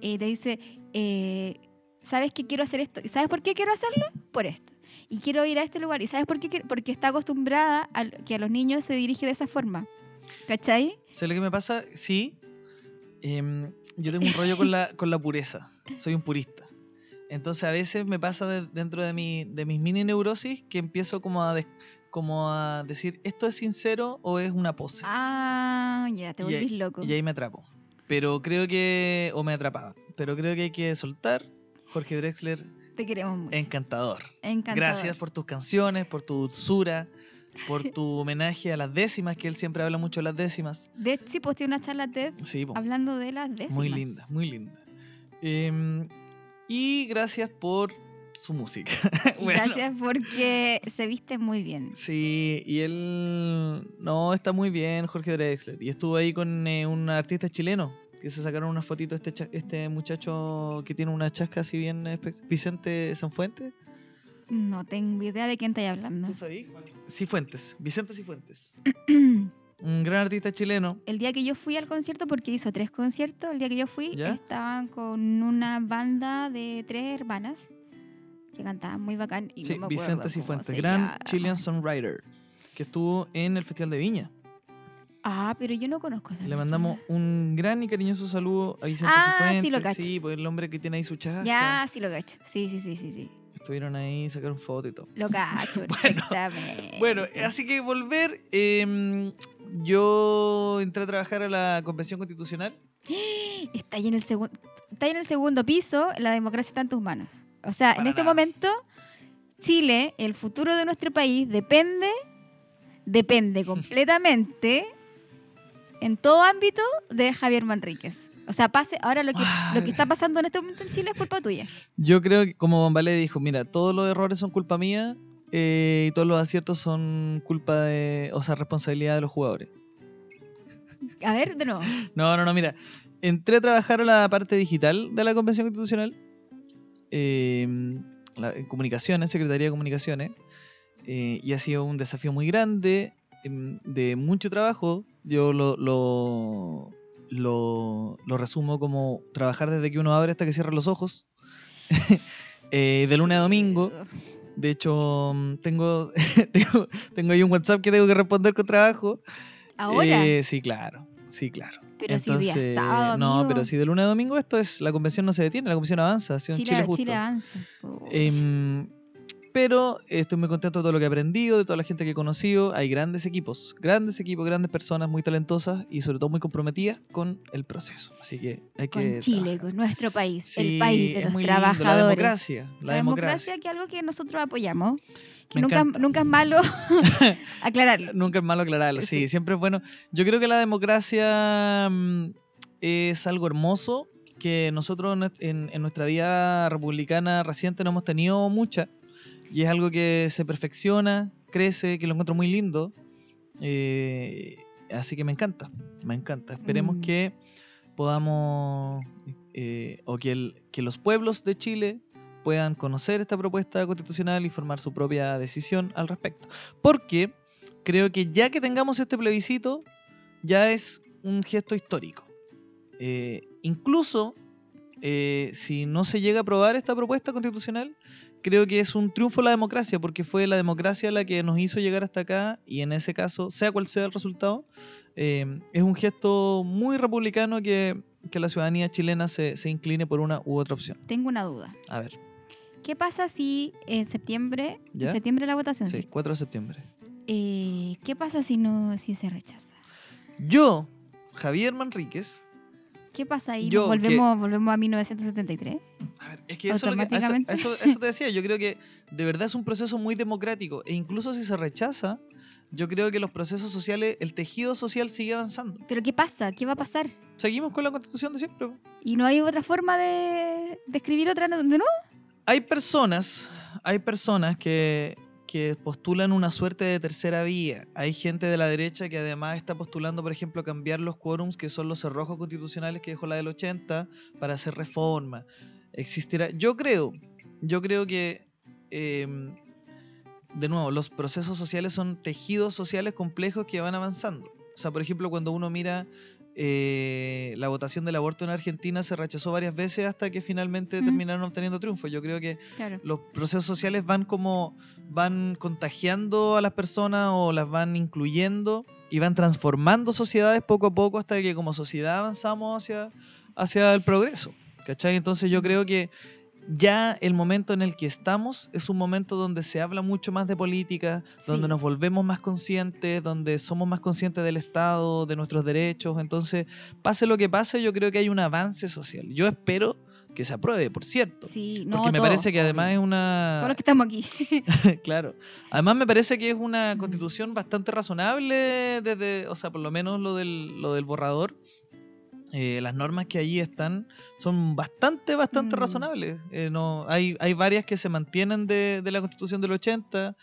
S1: y te dice, eh, ¿sabes que quiero hacer esto? ¿Y sabes por qué quiero hacerlo? Por esto. Y quiero ir a este lugar. ¿Y sabes por qué? quiero? Porque está acostumbrada a lo- que a los niños se dirige de esa forma. ¿Cachai?
S2: ¿Sabes lo que me pasa? Sí. em, yo tengo un rollo con la, con la pureza. Soy un purista. Entonces a veces me pasa de- dentro de, mi, de mis mini neurosis que empiezo como a, des- como a decir, ¿esto es sincero o es una pose?
S1: Ah, ya, te
S2: Y ahí-
S1: volvís loco.
S2: Y e- ahí me atrapo. Pero creo que... O me atrapaba. Pero creo que hay que soltar. Jorge Drexler,
S1: Te queremos mucho.
S2: encantador.
S1: Encantador.
S2: Gracias por tus canciones, por tu dulzura, por tu homenaje a las décimas, que él siempre habla mucho de las décimas.
S1: De hecho, sí, posteé una charla TED
S2: Sí, po.
S1: hablando de las décimas.
S2: Oh. Muy linda, muy linda. Em, y gracias por su música.
S1: Y
S2: Bueno,
S1: Gracias porque se viste muy bien.
S2: Sí, y él. No, está muy bien, Jorge Drexler. Y estuvo ahí con eh, un artista chileno que se sacaron unas fotitos. Este, cha- este muchacho que tiene una chasca, así bien. espe- Vicente Sanfuente.
S1: No tengo idea de quién estáis hablando.
S2: ¿Tú sabías? Cifuentes, Vicente Cifuentes. Un gran artista chileno.
S1: El día que yo fui al concierto, porque hizo tres conciertos, el día que yo fui,
S2: ¿Ya?
S1: estaban con una banda de tres hermanas que cantaban muy bacán. Y
S2: Sí,
S1: no me acuerdo
S2: Vicente
S1: cómo
S2: Cifuentes,
S1: se
S2: gran
S1: llama.
S2: Chilean songwriter, que estuvo en el Festival de Viña.
S1: Ah, pero yo no conozco a esa
S2: Le
S1: persona.
S2: mandamos un gran y cariñoso saludo a Vicente
S1: Ah,
S2: Cifuentes.
S1: sí, lo cacho.
S2: pues, el hombre que tiene ahí su chasca.
S1: Ya, sí lo cacho. Sí, sí, sí, sí, sí.
S2: Estuvieron ahí, sacaron foto y todo.
S1: Lo cacho perfectamente.
S2: Bueno, así que volver. eh, yo entré a trabajar a la Convención Constitucional.
S1: Está ahí en el segundo, está ahí en el segundo piso, la democracia está en tus manos. O sea, en
S2: Para
S1: este
S2: nada.
S1: momento, Chile, el futuro de nuestro país depende, depende completamente, en todo ámbito, de Javier Manríquez. O sea, pase, ahora lo que, lo que está pasando en este momento en Chile es culpa tuya.
S2: Yo creo que, como Bombalé dijo, mira, todos los errores son culpa mía eh, y todos los aciertos son culpa de, o sea, responsabilidad de los jugadores.
S1: A ver, de nuevo.
S2: No, no, no, mira. Entré a trabajar a la parte digital de la Convención Constitucional, eh, la- en comunicaciones, Secretaría de Comunicaciones, eh, y ha sido un desafío muy grande, em, de mucho trabajo. Yo lo, lo, lo- lo resumo como trabajar desde que uno abre hasta que cierra los ojos, eh, de lunes a domingo. De hecho, mm, tengo, tengo, tengo ahí un WhatsApp que tengo que responder con trabajo.
S1: Ahora,
S2: Eh, sí, claro. Sí, claro.
S1: pero si día sábado,
S2: No,
S1: amigo.
S2: pero si de lunes a domingo esto es. La convención no se detiene, la convención avanza, ha sido un
S1: Chile, Chile,
S2: Chile justo.
S1: avanza. Pucha.
S2: Em, pero estoy muy contento de todo lo que he aprendido, de toda la gente que he conocido. Hay grandes equipos, grandes equipos, grandes personas muy talentosas y sobre todo muy comprometidas con el proceso. Así que hay que.
S1: con Chile,
S2: trabajar.
S1: con nuestro país,
S2: Sí,
S1: el país de
S2: es
S1: los
S2: muy lindo,
S1: trabajadores.
S2: La democracia. La,
S1: La
S2: democracia.
S1: democracia, que es algo que nosotros apoyamos, que
S2: Me
S1: nunca,
S2: encanta.
S1: nunca es malo aclararlo.
S2: Nunca es malo aclararlo, sí,
S1: Sí.
S2: siempre es bueno. Yo creo que la democracia mm, es algo hermoso que nosotros en, en- en nuestra vida republicana reciente no hemos tenido mucha y es algo que se perfecciona, crece, que lo encuentro muy lindo. eh, así que me encanta, me encanta. Esperemos
S1: Mm.
S2: que podamos eh, o que, el- que los pueblos de Chile puedan conocer esta propuesta constitucional y formar su propia decisión al respecto. Porque creo que ya que tengamos este plebiscito, ya es un gesto histórico. Eh, incluso eh, si no se llega a aprobar esta propuesta constitucional, creo que es un triunfo de la democracia, porque fue la democracia la que nos hizo llegar hasta acá, y en ese caso, sea cual sea el resultado, eh, es un gesto muy republicano que, que la ciudadanía chilena se, se incline por una u otra opción.
S1: Tengo una duda.
S2: A ver,
S1: ¿Qué pasa si en septiembre,
S2: ¿Ya?
S1: en septiembre la votación?
S2: sí, 4 de septiembre.
S1: Eh, ¿Qué pasa si no, si se rechaza?
S2: Yo, Javier Manríquez,
S1: ¿Qué pasa ahí?
S2: Yo,
S1: volvemos, volvemos a 1973.
S2: A ver, es que eso, es lo que- a eso, a
S1: Automáticamente.
S2: eso- a eso te decía, yo creo que de verdad es un proceso muy democrático e incluso si se rechaza, yo creo que los procesos sociales, el tejido social sigue avanzando.
S1: Pero ¿qué pasa? ¿Qué va a pasar?
S2: Seguimos con la constitución de siempre.
S1: ¿Y no hay otra forma de, de escribir otra de nuevo?
S2: Hay personas, hay personas que, que postulan una suerte de tercera vía. Hay gente de la derecha que además está postulando, por ejemplo, cambiar los quórums, que son los cerrojos constitucionales que dejó la del 80, para hacer reforma. Existirá. Yo creo, yo creo que. eh, de nuevo, los procesos sociales son tejidos sociales complejos que van avanzando. O sea, por ejemplo, cuando uno mira eh, la votación del aborto en Argentina, se rechazó varias veces hasta que finalmente
S1: Mm.
S2: terminaron obteniendo triunfo. Yo creo que
S1: Claro.
S2: los procesos sociales van como van contagiando a las personas o las van incluyendo y van transformando sociedades poco a poco hasta que como sociedad avanzamos hacia, hacia el progreso. ¿Cachai? Entonces yo creo que ya el momento en el que estamos es un momento donde se habla mucho más de política, donde
S1: Sí.
S2: nos volvemos más conscientes, donde somos más conscientes del Estado, de nuestros derechos. Entonces, pase lo que pase, yo creo que hay un avance social. Yo espero que se apruebe, por cierto.
S1: Sí, no
S2: Porque me
S1: todos,
S2: parece que además
S1: obvio.
S2: es
S1: Todos
S2: una.
S1: los que estamos aquí.
S2: claro. Además me parece que es una
S1: Mm.
S2: constitución bastante razonable desde. O sea, por lo menos lo del, lo del borrador. Eh, las normas que allí están son bastante, bastante
S1: Mm.
S2: razonables. Eh, no, hay, hay varias que se mantienen de, de la constitución del 80.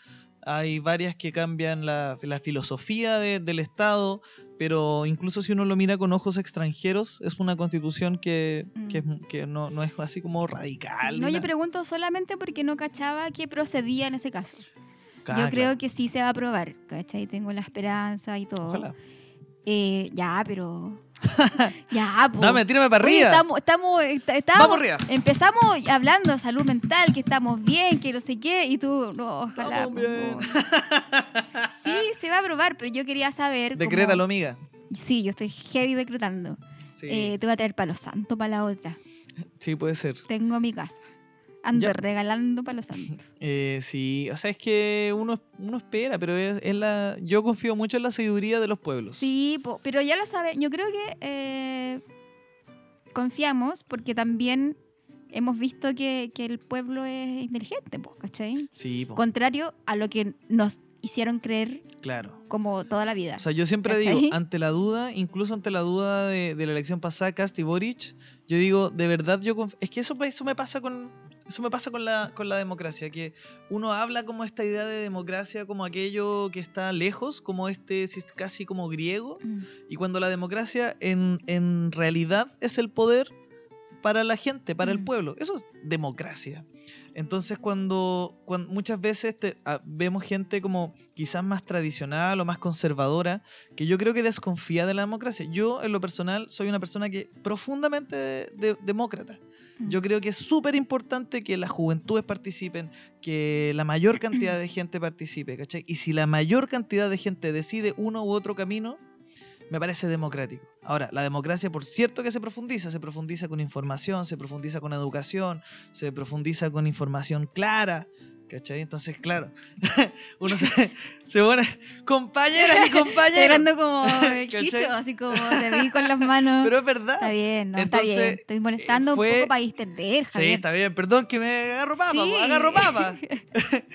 S2: hay varias que cambian la, la filosofía de- del Estado, pero incluso si uno lo mira con ojos extranjeros, es una constitución que, que es- que no, no es así como
S1: Mm.
S2: radical.
S1: Sí, no,
S2: ni
S1: yo
S2: nada.
S1: pregunto solamente porque no cachaba que procedía en ese caso.
S2: Ah,
S1: yo creo
S2: claro,
S1: que sí se va a aprobar, ¿cachai? Tengo la esperanza y todo.
S2: Ojalá.
S1: Eh, ya, pero. ya, pues.
S2: Dame, tírame para arriba.
S1: estamos, estamos, est- estamos-
S2: Vamos arriba.
S1: Empezamos hablando de salud mental, que estamos bien, que no sé qué, y tú, no, ojalá.
S2: Estamos
S1: pues,
S2: bien.
S1: bueno. Sí, se va a aprobar, pero yo quería saber. como-
S2: Decrétalo, amiga.
S1: Sí, yo estoy heavy decretando.
S2: Sí.
S1: Eh, te voy a traer palo santo para la otra.
S2: sí, puede ser.
S1: Tengo mi casa. Ando
S2: Ya.
S1: regalando palo santo.
S2: Eh, sí, o sea, es que uno, uno espera, pero es, es la, yo confío mucho en la sabiduría de los pueblos.
S1: Sí, po- pero ya lo sabe. Yo creo que eh, confiamos porque también hemos visto que, que el pueblo es inteligente, po, ¿cachai?
S2: Sí, po,
S1: Contrario a lo que nos hicieron creer
S2: claro.
S1: como toda la vida.
S2: O sea, yo siempre
S1: ¿Cachai?
S2: digo, ante la duda, incluso ante la duda de, de la elección pasada, Cast y Boric, yo digo, de verdad, yo conf- es que eso, eso me pasa con eso me pasa con la, con la democracia, que uno habla como esta idea de democracia como aquello que está lejos, como este sis- casi como griego,
S1: Mm.
S2: y cuando la democracia en, en realidad es el poder para la gente, para el
S1: Mm.
S2: pueblo. Eso es democracia. Entonces cuando, cuan- muchas veces te- ah, vemos gente como quizás más tradicional o más conservadora, que yo creo que desconfía de la democracia. Yo en lo personal soy una persona que profundamente de- de- demócrata. Yo creo que es súper importante que las juventudes participen, que la mayor cantidad de gente participe, ¿cachai? Y si la mayor cantidad de gente decide uno u otro camino, me parece democrático. Ahora, la democracia, por cierto, que se profundiza, se profundiza con información, se profundiza con educación, se profundiza con información clara, ¿cachai? Entonces, claro, uno se, se pone, compañeras y
S1: Estoy
S2: compañeros.
S1: hablando como el
S2: ¿Cachai?
S1: chicho, así como te vi con las manos.
S2: Pero es verdad.
S1: está bien, no, está
S2: entonces, eh,
S1: bien. Estoy molestando
S2: fue-
S1: un poco para distender,
S2: Sí,
S1: Javier.
S2: está bien, perdón que me agarro papa,
S1: Sí.
S2: po, agarro papa.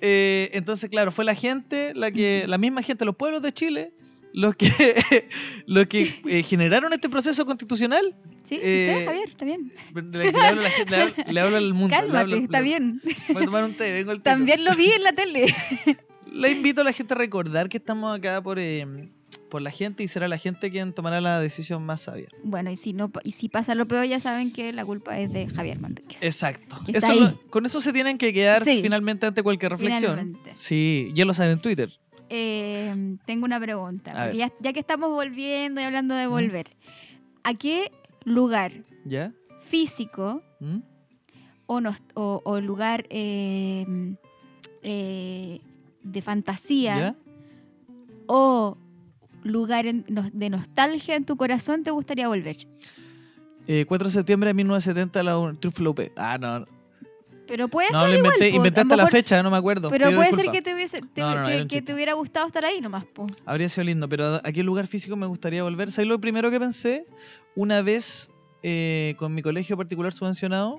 S2: Eh, entonces, claro, fue la gente, la que, la misma gente, los pueblos de Chile, los que, los que eh, generaron este proceso constitucional.
S1: Sí, sí,
S2: eh,
S1: sé, Javier, está bien.
S2: Le, le hablo, a la gente- le hablo- le hablo al mundo. le
S1: Cálmate,
S2: hablo- le-
S1: está bien.
S2: Voy a tomar un té, vengo el té.
S1: También lo vi en la tele.
S2: Le invito a la gente a recordar que estamos acá por, eh, por la gente y será la gente quien tomará la decisión más sabia.
S1: Bueno, y si no pa- y si pasa lo peor, ya saben que la culpa es de Javier Manríquez.
S2: Exacto.
S1: Que está
S2: Eso lo-
S1: ahí.
S2: con eso se tienen que quedar
S1: Sí.
S2: finalmente ante cualquier reflexión.
S1: Finalmente.
S2: Sí, ya lo saben en Twitter.
S1: Eh, tengo una pregunta.
S2: A
S1: porque Ya, ya que estamos volviendo y hablando de volver, ¿a qué lugar
S2: ¿Ya?
S1: físico
S2: ¿Mm?
S1: o, nos- o- o lugar eh, eh, de fantasía
S2: ¿Ya?
S1: o lugar en- no- de nostalgia en tu corazón te gustaría volver?
S2: Eh, 4 de septiembre de 1970, la un- Triunfo López. Ah, no.
S1: Pero puede
S2: No,
S1: ser
S2: lo inventé,
S1: po,
S2: inventé
S1: a lo
S2: hasta la
S1: mejor-
S2: fecha, no me acuerdo.
S1: Pero
S2: pido
S1: puede ser
S2: disculpas.
S1: que te, hubiese, te-
S2: No, no, no,
S1: que-
S2: era un
S1: que te
S2: chiste.
S1: hubiera gustado estar ahí nomás. po.
S2: Habría sido lindo, pero ¿a qué lugar físico me gustaría volver? ¿Sabes lo primero que pensé? Una vez eh, con mi colegio particular subvencionado,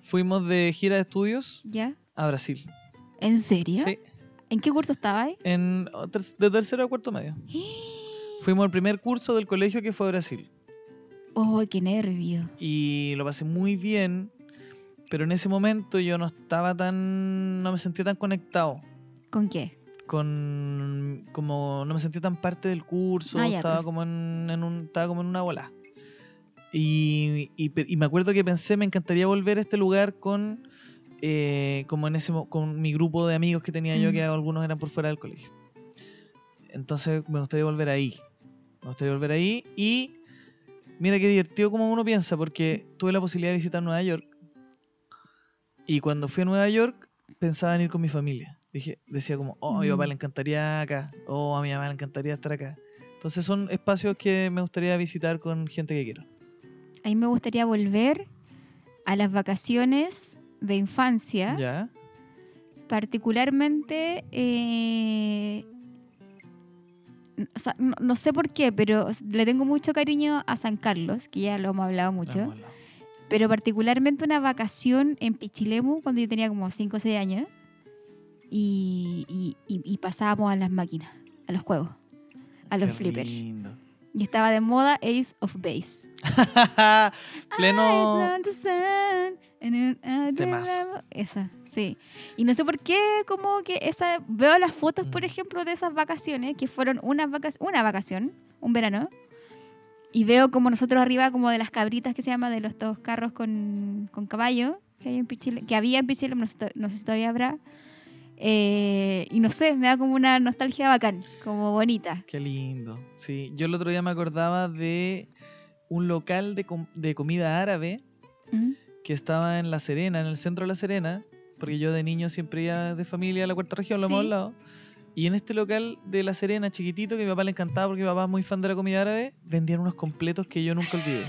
S2: fuimos de gira de estudios
S1: ¿Ya?
S2: a Brasil.
S1: ¿En serio?
S2: Sí,
S1: ¿En qué curso estaba ahí?
S2: en, ter- de tercero a cuarto medio. Fuimos al primer curso del colegio que fue a Brasil.
S1: ¡Oh, qué nervio!
S2: y lo pasé muy bien, pero en ese momento yo no estaba tan, no me sentía tan conectado
S1: ¿Con qué?
S2: con, como no me sentía tan parte del curso,
S1: Ah, ya,
S2: estaba
S1: perfecto.
S2: como en, en un, estaba como en una bola. Y, y pe- y me acuerdo que pensé, me encantaría volver a este lugar con, eh, como en ese, mo- con mi grupo de amigos que tenía yo,
S1: Mm.
S2: que algunos eran por fuera del colegio. Entonces me gustaría volver ahí. Me gustaría volver ahí y mira qué divertido como uno piensa, porque tuve la posibilidad de visitar Nueva York. Y cuando fui a Nueva York, pensaba en ir con mi familia. Dije, decía como, oh, a mi papá
S1: Mm.
S2: le encantaría acá, oh, a mi mamá le encantaría estar acá. Entonces son espacios que me gustaría visitar con gente que quiero.
S1: A mí me gustaría volver a las vacaciones de infancia,
S2: ¿Ya?
S1: particularmente... eh, n- o sea, no, no sé por qué, pero s- le tengo mucho cariño a San Carlos, que ya lo hemos
S2: Ah,
S1: hablado mucho,
S2: Vámonos.
S1: pero particularmente una vacación en Pichilemu cuando yo tenía como 5 o 6 años y, y- y- y pasábamos a las máquinas, a los juegos, a los
S2: Qué
S1: flippers.
S2: lindo.
S1: Y estaba de moda Ace of Base.
S2: Pleno...
S1: Eyes on the sun, uh, En el-
S2: Oh. Temazo.
S1: Esa, sí. Y no sé por qué, como que esa. Veo las fotos, por
S2: Mm.
S1: ejemplo, de esas vacaciones, que fueron una, vaca- una vacación, un verano. Y veo como nosotros arriba, como de las cabritas que se llama, de los dos carros con, con caballo, que, hay en Pichile- que había en Pichilemu, no, sé to- no sé si todavía habrá. Eh, y no sé, me da como una nostalgia bacán, como bonita.
S2: Qué lindo. Sí, yo el otro día me acordaba de un local de, com- de comida árabe
S1: ¿Mm?
S2: que estaba en La Serena, en el centro de La Serena, porque yo de niño siempre iba de familia a la cuarta región, lo hemos
S1: Sí.
S2: hablado. Y en este local de La Serena, chiquitito, que a mi papá le encantaba porque mi papá es muy fan de la comida árabe, vendían unos completos que yo nunca olvidé.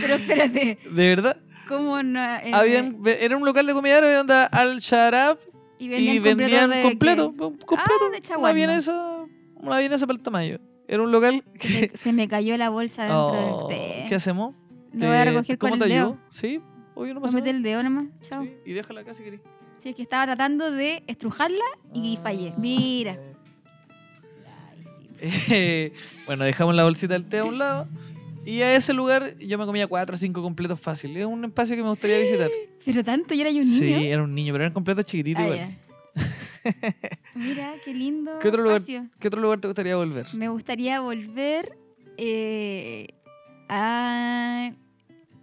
S1: Pero espérate,
S2: ¿De verdad?
S1: ¿cómo no? eh,
S2: Habían, ve- era un local de comida árabe onda al sharab
S1: y
S2: y
S1: completo
S2: vendían
S1: de-
S2: completo,
S1: que-
S2: un
S1: Ah,
S2: completo.
S1: de
S2: una
S1: chaguarma.
S2: vienesa, una vienesa para el tamaño. Era un local
S1: Se me-
S2: que...
S1: se me cayó la bolsa dentro
S2: Oh,
S1: del té.
S2: ¿Qué hacemos?
S1: Lo voy a
S2: Te-
S1: recoger
S2: ¿cómo
S1: con
S2: te
S1: el
S2: ayudo?
S1: dedo.
S2: Sí, obvio no
S1: Voy a
S2: pasa
S1: meter
S2: nada.
S1: el dedo nomás. Chao.
S2: Sí, y déjala acá si querés.
S1: Sí, es que estaba tratando de estrujarla. Y fallé. Mira.
S2: Ah. Eh, bueno, dejamos la bolsita del té a un lado. Y a ese lugar yo me comía cuatro o cinco completos fácil. Es un espacio que me gustaría visitar.
S1: Pero tanto, yo era un
S2: Sí,
S1: niño.
S2: era un niño, pero eran completos chiquititos
S1: Ah,
S2: igual.
S1: ya. Mira, qué lindo.
S2: ¿Qué otro lugar?
S1: espacio.
S2: ¿Qué otro lugar te gustaría volver?
S1: Me gustaría volver eh, a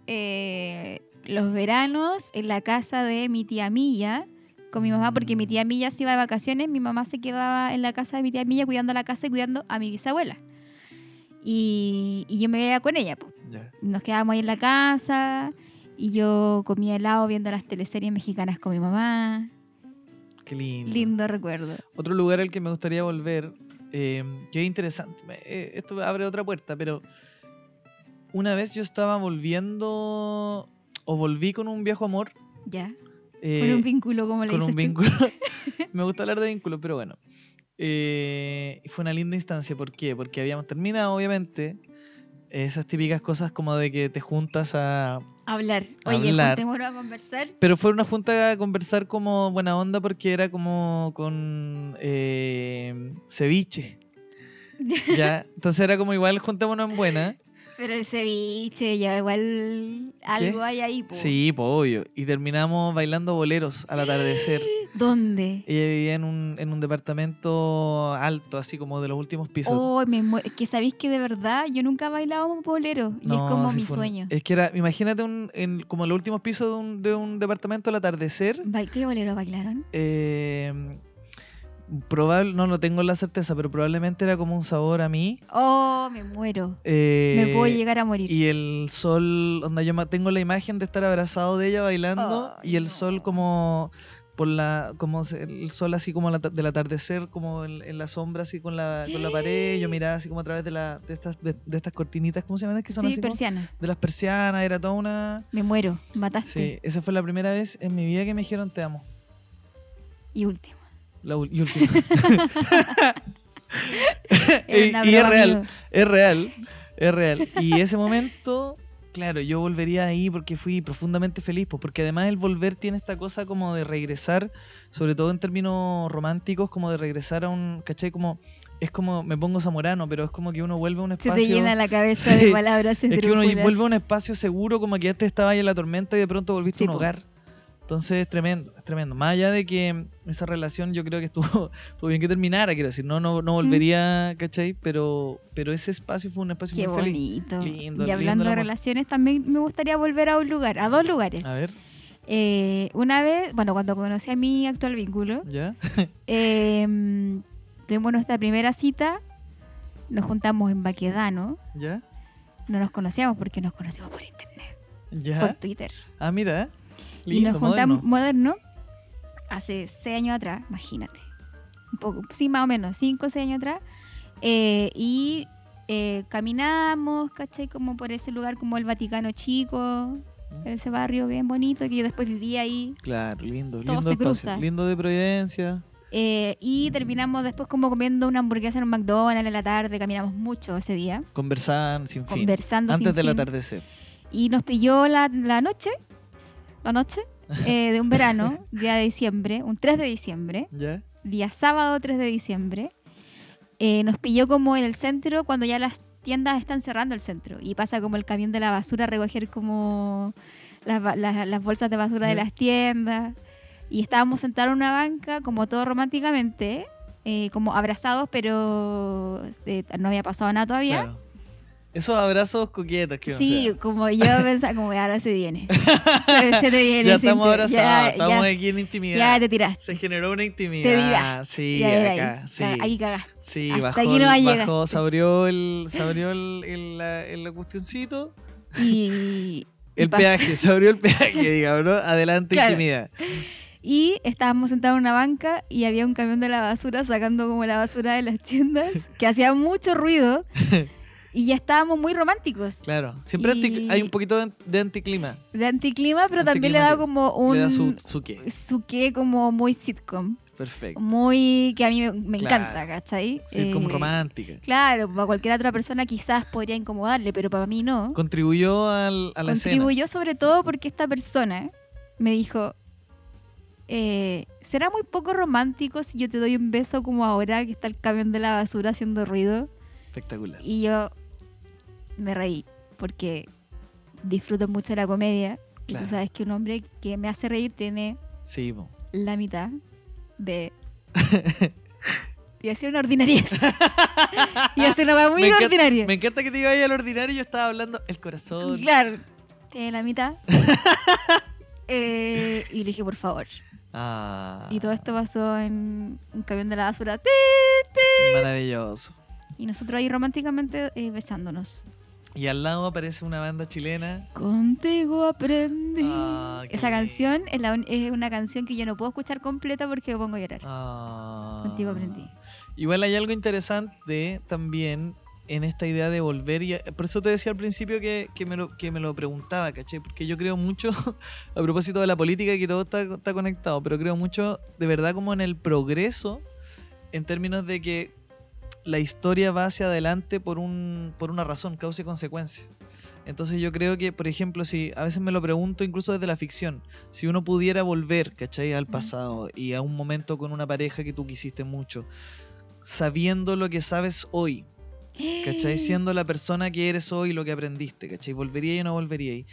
S1: eh, los veranos en la casa de mi tía Milla con mi mamá, porque mi tía Milla se iba de vacaciones, mi mamá se quedaba en la casa de mi tía Milla cuidando la casa y cuidando a mi bisabuela. Y, y yo me veía con ella, po. nos quedábamos ahí en la casa y yo comía helado viendo las teleseries mexicanas con mi mamá.
S2: Qué lindo.
S1: Lindo recuerdo.
S2: Otro lugar al que me gustaría volver, eh, que es interesante. me- eh, esto abre otra puerta, pero una vez yo estaba volviendo o volví con un viejo amor.
S1: Ya. Con
S2: eh,
S1: un vínculo, como le
S2: con
S1: dices
S2: un
S1: tú.
S2: vínculo. Me gusta hablar de vínculo, pero bueno. Eh, fue una linda instancia, ¿por qué? Porque habíamos terminado, obviamente, esas típicas cosas como de que te juntas a...
S1: Hablar. Oye,
S2: Hablar.
S1: juntémonos a conversar.
S2: Pero fue una junta a conversar como buena onda porque era como con eh, ceviche, ¿ya? Entonces era como igual juntémonos en buena.
S1: Pero el ceviche, ya igual algo hay ahí. po.
S2: Sí, pues obvio. Y terminamos bailando boleros al atardecer.
S1: ¿Dónde?
S2: Ella vivía en un, en un departamento alto, así como de los últimos pisos.
S1: Oh, me muero. Es que sabéis que de verdad yo nunca he bailado un bolero y
S2: No,
S1: es como
S2: sí
S1: mi
S2: fue un-
S1: sueño.
S2: Es que era, imagínate un, en, como el último piso de un, de un departamento al atardecer.
S1: Ba- ¿Qué bolero bailaron?
S2: eh, probable, no lo tengo la certeza, pero probablemente era como un sabor a mí.
S1: Oh, me muero.
S2: eh,
S1: me puedo llegar a morir.
S2: Y el sol, onda, yo ma- tengo la imagen de estar abrazado de ella bailando
S1: Ay,
S2: y el
S1: no.
S2: sol como por la como se- el sol así como la ta- del atardecer como en, en la sombra así con la, con la pared yo miraba así como a través de, la, de estas de, de estas cortinitas cómo se llaman que son
S1: Sí,
S2: así como-
S1: persiana.
S2: de las persianas era toda una
S1: Me muero. Mataste.
S2: Sí, esa fue la primera vez en mi vida que me dijeron te amo.
S1: Y último.
S2: La ul- y última.
S1: Era
S2: Y-
S1: una
S2: y es
S1: broma,
S2: real,
S1: amigo.
S2: es real, es real. Y ese momento, claro, yo volvería ahí porque fui profundamente feliz, pues, porque además el volver tiene esta cosa como de regresar, sobre todo en términos románticos, como de regresar a un, ¿cachai? Como, es como, me pongo zamorano, pero es como que uno vuelve a un
S1: Se
S2: espacio...
S1: te llena la cabeza
S2: Sí.
S1: de palabras
S2: Es que uno
S1: esdrújulas.
S2: vuelve a un espacio seguro, como que antes estaba ahí en la tormenta y de pronto volviste
S1: Sí,
S2: a un
S1: po.
S2: hogar. Entonces es tremendo, es tremendo. Más allá de que esa relación yo creo que estuvo, estuvo bien que terminara, quiero decir, no, no, no volvería, ¿cachai? Pero, pero ese espacio fue un espacio
S1: Qué
S2: muy feliz.
S1: bonito.
S2: Lindo,
S1: y
S2: lindo
S1: hablando
S2: el
S1: de
S2: amor.
S1: relaciones, también me gustaría volver a un lugar, a dos lugares.
S2: A ver,
S1: Eh, una vez, bueno, cuando conocí a mi actual vínculo,
S2: ya.
S1: eh, tuvimos nuestra primera cita, nos juntamos en Baquedano,
S2: Ya.
S1: no nos conocíamos porque nos conocimos por internet, por
S2: Ya.
S1: Twitter.
S2: Ah, mira. ¿eh?
S1: y
S2: Lindo,
S1: nos juntamos
S2: moderno.
S1: moderno. hace seis años atrás, imagínate. Un poco, sí, más o menos, cinco o seis años atrás. Eh, y eh, caminamos, ¿cachai? Como por ese lugar, como el Vaticano Chico,
S2: Mm.
S1: ese barrio bien bonito que yo después viví ahí.
S2: Claro, lindo,
S1: Todo
S2: lindo
S1: se
S2: espacio.
S1: cruza.
S2: Lindo de Providencia.
S1: Eh, y terminamos después como comiendo una hamburguesa en un McDonald's en la tarde, caminamos mucho ese día,
S2: Conversaban sin fin.
S1: conversando.
S2: Antes
S1: sin
S2: del
S1: fin.
S2: atardecer.
S1: Y nos pilló la, la noche, la noche eh, de un verano, día de diciembre, un 3 de diciembre,
S2: Ya.
S1: día sábado 3 de diciembre. Eh, nos pilló como en el centro cuando ya las tiendas están cerrando el centro y pasa como el camión de la basura a recoger como las, ba- las- las bolsas de basura de
S2: Ya.
S1: las tiendas. Y estábamos sentados en una banca, como todo románticamente, eh, como abrazados, pero eh, no había pasado nada todavía.
S2: Claro. Esos abrazos coquetos que uno se
S1: Sí,
S2: da.
S1: como yo pensaba, como ahora se viene. Se, se te viene.
S2: Ya estamos
S1: siente-
S2: abrazados,
S1: ya-
S2: estamos
S1: ya-
S2: aquí en intimidad.
S1: ya te tiraste.
S2: Se generó una intimidad.
S1: Te diga.
S2: Sí,
S1: ya era
S2: acá.
S1: ahí.
S2: Sí,
S1: Ca- Aquí cagaste.
S2: sí
S1: Hasta
S2: bajó,
S1: aquí no
S2: el-
S1: llegaste.
S2: bajó, se abrió el, se abrió el, el, la- el cuestioncito.
S1: Y,
S2: El
S1: pasó.
S2: peaje, se abrió el peaje, digamos, ¿no? Adelante,
S1: Claro.
S2: intimidad.
S1: y estábamos sentados en una banca y había un camión de la basura sacando como la basura de las tiendas que hacía mucho ruido. Y ya estábamos muy románticos.
S2: Claro. Siempre anti-
S1: Y-
S2: hay un poquito de, de anticlima.
S1: De anticlima, pero también le da como un.
S2: Le da su, su qué.
S1: su qué como muy sitcom.
S2: Perfecto.
S1: Muy. que a mí me, me
S2: Claro.
S1: encanta, ¿cachai?
S2: Sí, como
S1: Eh,
S2: romántica.
S1: Claro, para cualquier otra persona quizás podría incomodarle, pero para mí no.
S2: Contribuyó al, a la escena.
S1: Contribuyó sobre todo porque esta persona me dijo, eh, ¿será muy poco romántico si yo te doy un beso como ahora que está el camión de la basura haciendo ruido?
S2: Espectacular.
S1: Y yo me reí porque disfruto mucho de la comedia. Y
S2: Claro.
S1: tú sabes que un hombre que me hace reír tiene
S2: Sí, po.
S1: la mitad de... Y hacer una ordinariedad. y hacer una hueá muy
S2: Me encanta-
S1: ordinaria.
S2: Me encanta que te iba ahí al ordinario y yo estaba hablando el corazón.
S1: Claro, tiene la mitad. Eh, y le dije, por favor.
S2: Ah,
S1: Y todo esto pasó en un camión de la basura. ¡Ti!
S2: Maravilloso.
S1: Y nosotros ahí románticamente eh, besándonos.
S2: Y al lado aparece una banda chilena.
S1: Contigo aprendí.
S2: Ah, qué
S1: Esa
S2: lindo.
S1: canción es, la un- es una canción que yo no puedo escuchar completa porque me pongo a llorar.
S2: Ah.
S1: Contigo aprendí.
S2: Igual hay algo interesante también en esta idea de volver y eh, por eso te decía al principio que, que me, lo, que me lo preguntaba, ¿caché? Porque yo creo mucho, a propósito de la política, que todo está, está conectado, pero creo mucho de verdad como en el progreso en términos de que la historia va hacia adelante por, un, por una razón, causa y consecuencia. Entonces yo creo que, por ejemplo, si a veces me lo pregunto incluso desde la ficción, si uno pudiera volver, ¿cachai? Al
S1: Mm.
S2: pasado y a un momento con una pareja que tú quisiste mucho, sabiendo lo que sabes hoy, ¿cachai? Siendo la persona que eres hoy, lo que aprendiste, ¿cachai? ¿Volvería y no volvería?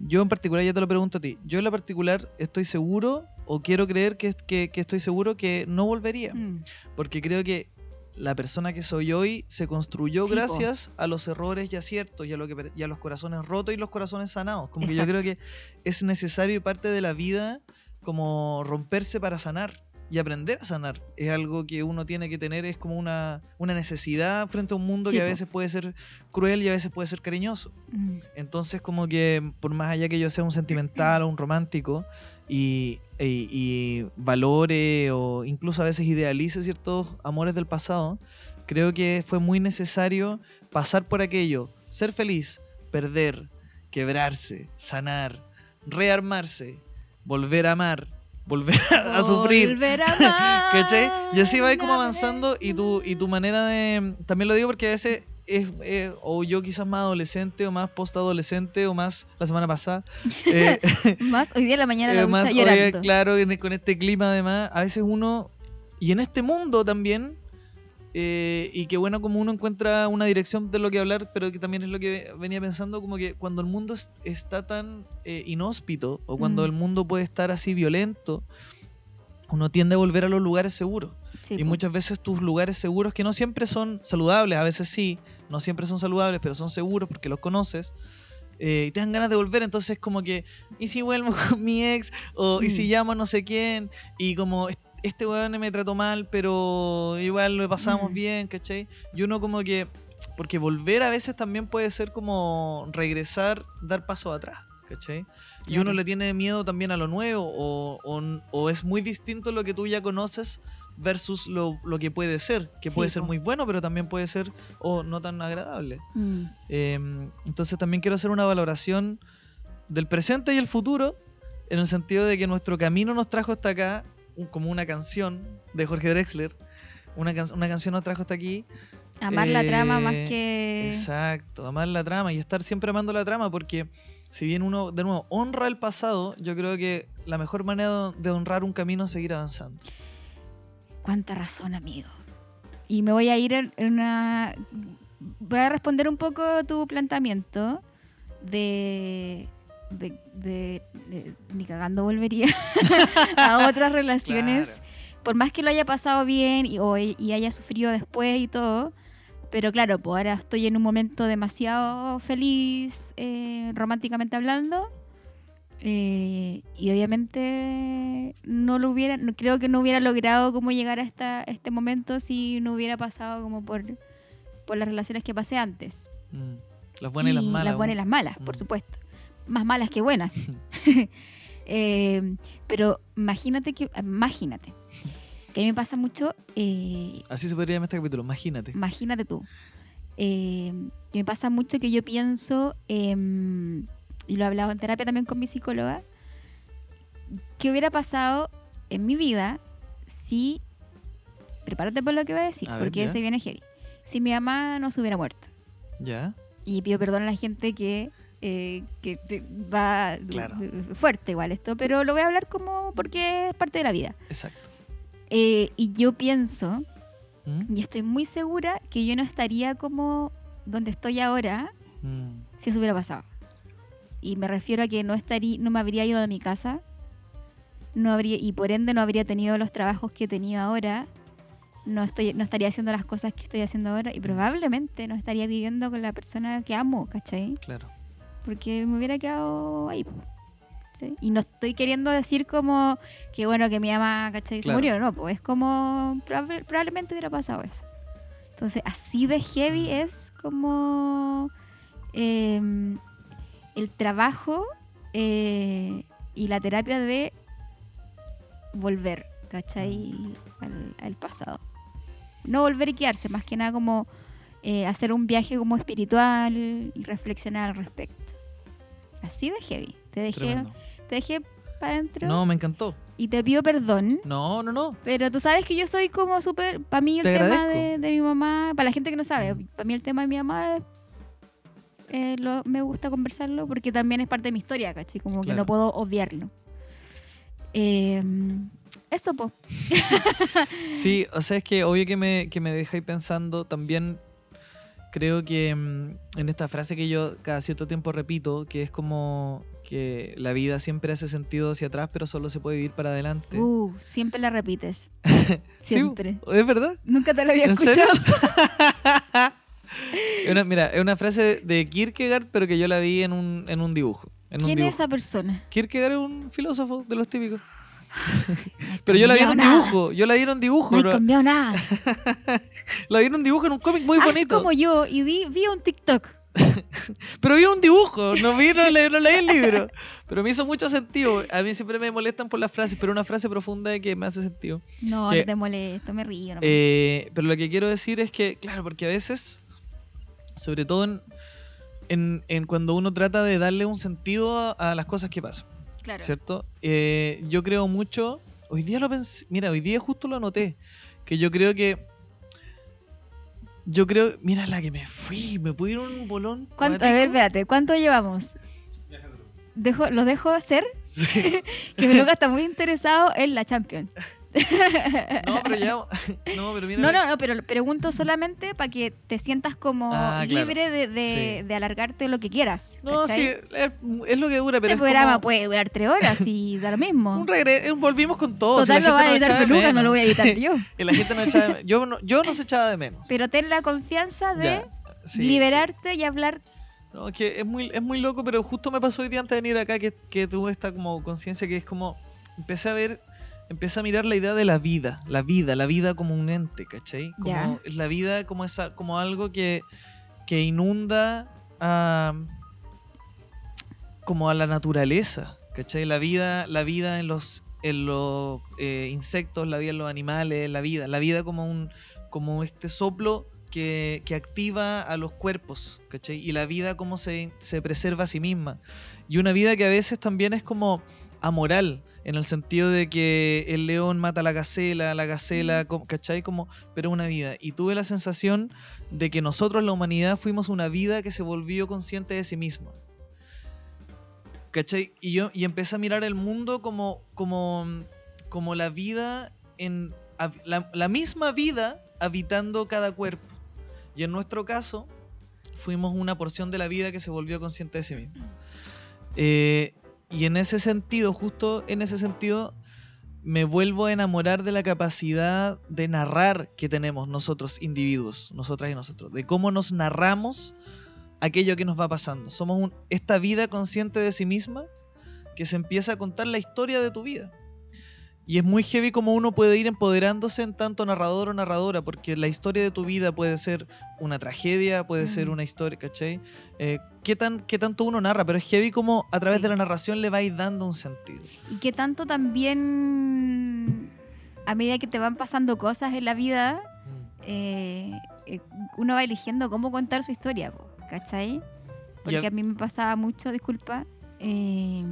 S2: Yo en particular, ya te lo pregunto a ti, yo en la particular estoy seguro o quiero creer que, que- que estoy seguro que no volvería.
S1: Mm.
S2: Porque creo que la persona que soy hoy se construyó
S1: Sí, po.
S2: gracias a los errores y aciertos y a, lo que, per- y a los corazones rotos y los corazones sanados. Como que yo creo que es necesario y parte de la vida como romperse para sanar y aprender a sanar. Es algo que uno tiene que tener, es como una, una necesidad frente a un mundo
S1: Sí,
S2: que a
S1: po.
S2: veces puede ser cruel y a veces puede ser cariñoso.
S1: Mm.
S2: Entonces, como que por más allá que yo sea un sentimental o un romántico y, y- y valore o incluso a veces idealice ciertos amores del pasado, creo que fue muy necesario pasar por aquello, ser feliz, perder, quebrarse, sanar, rearmarse, volver a amar, volver a, a sufrir.
S1: Volver a amar
S2: ¿Cachai? Y así va como
S1: una
S2: avanzando y
S1: vez
S2: tu, y tu manera de... También lo digo porque a veces es... eh, o yo quizás más adolescente o más postadolescente o más la semana pasada. eh,
S1: Más hoy día en la mañana la
S2: eh, más
S1: ducha
S2: hoy,
S1: llorando.
S2: claro, en- con este clima además. A veces uno... Y en este mundo también... eh, y que bueno como uno encuentra una dirección de lo que hablar, pero que también es lo que venía pensando, como que cuando el mundo es- está tan eh, inhóspito o cuando
S1: Mm.
S2: el mundo puede estar así violento, uno tiende a volver a los lugares seguros.
S1: Sí,
S2: Y
S1: po.
S2: muchas veces tus lugares seguros, que no siempre son saludables, a veces sí, no siempre son saludables, pero son seguros porque los conoces, eh, y te dan ganas de volver, entonces como que, ¿y si vuelvo con mi ex? O ¿y si
S1: Mm.
S2: llamo a no sé quién? Y como, "Est- este weón me trató mal, pero igual lo pasamos
S1: Mm.
S2: bien, ¿cachai? Y uno como que, porque volver a veces también puede ser como regresar, dar paso atrás, ¿cachai? Y uno
S1: Claro.
S2: le tiene miedo también a lo nuevo, o, o- o es muy distinto lo que tú ya conoces versus lo, lo que puede ser, que
S1: Sí,
S2: puede ser
S1: po.
S2: muy bueno, pero también puede ser o no tan agradable.
S1: Mm.
S2: Eh, entonces también quiero hacer una valoración del presente y el futuro, en el sentido de que nuestro camino nos trajo hasta acá, un- como una canción de Jorge Drexler, una, can- una canción nos trajo hasta aquí.
S1: Amar la trama más
S2: Eh,
S1: que.
S2: Exacto, amar la trama y estar siempre amando la trama, porque si bien uno, de nuevo, honra el pasado, yo creo que la mejor manera de honrar un camino es seguir avanzando.
S1: Cuánta razón, amigo. Y me voy a ir en en una. Voy a responder un poco tu planteamiento de de, de- de- ni cagando volvería a otras relaciones.
S2: Claro.
S1: Por más que lo haya pasado bien y, o- y haya sufrido después y todo. Pero claro, pues ahora estoy en un momento demasiado feliz, eh, románticamente hablando. Eh, y obviamente no lo hubiera, no- creo que no hubiera logrado como llegar a esta, este momento si no hubiera pasado como por, por las relaciones que pasé antes.
S2: Mm. Las buenas y las malas.
S1: buenas y las malas, por
S2: Mm.
S1: supuesto. Más malas que buenas. Eh, pero imagínate que, imagínate, que a mí me pasa mucho, eh,
S2: Así se podría llamar este capítulo, imagínate.
S1: imagínate tú, eh, que me pasa mucho que yo pienso, em, y lo he hablado en terapia también con mi psicóloga, ¿qué hubiera pasado en mi vida si, prepárate por lo que voy a decir,
S2: A ver,
S1: porque
S2: ya.
S1: se viene heavy, si mi mamá no se hubiera muerto?
S2: Ya.
S1: Y pido perdón a la gente que, eh, que te- va
S2: Claro.
S1: fuerte igual esto, pero lo voy a hablar como porque es parte de la vida.
S2: Exacto.
S1: Eh, y yo pienso,
S2: ¿Mm?
S1: y estoy muy segura, que yo no estaría como donde estoy ahora
S2: Mm.
S1: si eso hubiera pasado. Y me refiero a que no, estaría, no me habría ido de mi casa no habría, y por ende no habría tenido los trabajos que he tenido ahora. No, estoy, no estaría haciendo las cosas que estoy haciendo ahora y probablemente no estaría viviendo con la persona que amo, ¿cachai?
S2: Claro.
S1: porque me hubiera quedado ahí. po. ¿Sí? Y no estoy queriendo decir como que bueno que mi mamá ¿cachai?
S2: Claro.
S1: se murió, no, pues es como probable- probablemente hubiera pasado eso. Entonces, así de heavy es como em, el trabajo eh, y la terapia de volver, ¿cachai? Al, al pasado. No volver y quedarse, más que nada como eh, hacer un viaje como espiritual y reflexionar al respecto. Así de heavy. Te dejé,
S2: Tremendo.
S1: te dejé para adentro
S2: No, me encantó.
S1: y te pido perdón.
S2: No, no, no.
S1: Pero tú sabes que yo soy como súper. Para mí el
S2: Te
S1: tema
S2: agradezco.
S1: de, de mi mamá, para la gente que no sabe, para mí el tema de mi mamá es. eh, lo- me gusta conversarlo porque también es parte de mi historia, ¿cachai? Como que
S2: Claro.
S1: no puedo obviarlo. Eh, eso, pues.
S2: Sí, o sea, es que obvio que me, que me dejáis pensando también. Creo que mm, en esta frase que yo cada cierto tiempo repito, que es como que la vida siempre hace sentido hacia atrás, pero solo se puede vivir para adelante.
S1: Uh, siempre la repites.
S2: Sí,
S1: Siempre.
S2: ¿Es verdad?
S1: Nunca te lo había
S2: ¿En serio?
S1: escuchado.
S2: Es una- mira, es una frase de Kierkegaard, pero que yo la vi en un, en un dibujo. En un
S1: ¿Quién es
S2: dibujo.
S1: esa persona?
S2: Kierkegaard es un filósofo de los típicos.
S1: No has
S2: Pero yo la vi en un
S1: cambiado nada.
S2: dibujo. Yo la vi en un dibujo.
S1: No he
S2: ¿no?
S1: cambiado nada.
S2: La vi en un dibujo, en un cómic muy
S1: Haz
S2: bonito.
S1: Ah, como yo y vi, vi un TikTok.
S2: Pero vi un dibujo, no vi, no leí, no leí el libro. Pero me hizo mucho sentido. A mí siempre me molestan por las frases, pero una frase profunda que me hace sentido.
S1: No,
S2: Que-
S1: no te molesto, me río. no me-
S2: Eh, pero lo que quiero decir es que, claro, porque a veces, sobre todo en, en- en cuando uno trata de darle un sentido a, a las cosas que pasan,
S1: claro.
S2: ¿cierto? Eh, yo creo mucho, hoy día lo pensé, mira, hoy día justo lo anoté, que yo creo que... Yo creo, mira la que me fui, me pude ir un bolón.
S1: ¿Cuánto- a ver,
S2: cuático.
S1: espérate, ¿cuánto llevamos? Dejo, ¿Los dejo hacer?
S2: Sí.
S1: Que mi loca está muy interesado en la Champions.
S2: No, pero ya. No, pero mira.
S1: No, no, no, pero lo pregunto solamente para que te sientas como
S2: Ah, claro.
S1: libre de, de-
S2: Sí.
S1: de alargarte lo que quieras.
S2: No,
S1: ¿cachai?
S2: sí, es, es lo que dura, pero.
S1: Este
S2: es
S1: programa
S2: como
S1: puede durar tres horas y da lo mismo.
S2: Un regreso, volvimos con todo. si
S1: Total,
S2: la
S1: lo va a
S2: gente nos
S1: editar
S2: echaba de
S1: peluca, no
S2: menos.
S1: lo voy a editar yo.
S2: Y la gente no echaba de menos. Yo no, yo no se echaba de menos.
S1: Pero ten la confianza de
S2: Ya, sí,
S1: liberarte y hablar.
S2: sí. No, es que es muy, es muy loco, pero justo me pasó hoy día antes de venir acá que, que tuve esta como conciencia que es como. Empecé a ver. Empecé a mirar la idea de la vida, la vida, la vida como un ente, ¿cachai? Como
S1: Ya.
S2: es la vida como esa, como algo que, que inunda a, como a la naturaleza, ¿cachai? La vida, la vida en los, en los eh, insectos, la vida en los animales, la vida, la vida como un, como este soplo que, que activa a los cuerpos, ¿cachai? Y la vida como se, se preserva a sí misma. Y una vida que a veces también es como amoral, en el sentido de que el león mata a la gacela, la gacela, co- ¿cachai? Como, pero una vida. Y tuve la sensación de que nosotros, la humanidad, fuimos una vida que se volvió consciente de sí misma. ¿Cachai? Y yo y empecé a mirar el mundo como, como, como la vida, en hab- la, la misma vida habitando cada cuerpo. Y en nuestro caso, fuimos una porción de la vida que se volvió consciente de sí misma. Eh, y en ese sentido, justo en ese sentido, me vuelvo a enamorar de la capacidad de narrar que tenemos nosotros individuos, nosotras y nosotros, de cómo nos narramos aquello que nos va pasando. Somos un- esta vida consciente de sí misma que se empieza a contar la historia de tu vida. Y es muy heavy como uno puede ir empoderándose en tanto narrador o narradora, porque la historia de tu vida puede ser una tragedia, puede ser
S1: Mm.
S2: una historia, ¿cachai? Eh, ¿qué, tan, ¿Qué tanto uno narra? Pero es heavy como a través
S1: Sí.
S2: de la narración le va a ir dando un sentido.
S1: Y que tanto también, a medida que te van pasando cosas en la vida, eh, eh, uno va eligiendo cómo contar su historia, po, ¿cachai? Porque
S2: Ya.
S1: a mí me pasaba mucho, disculpa, eh,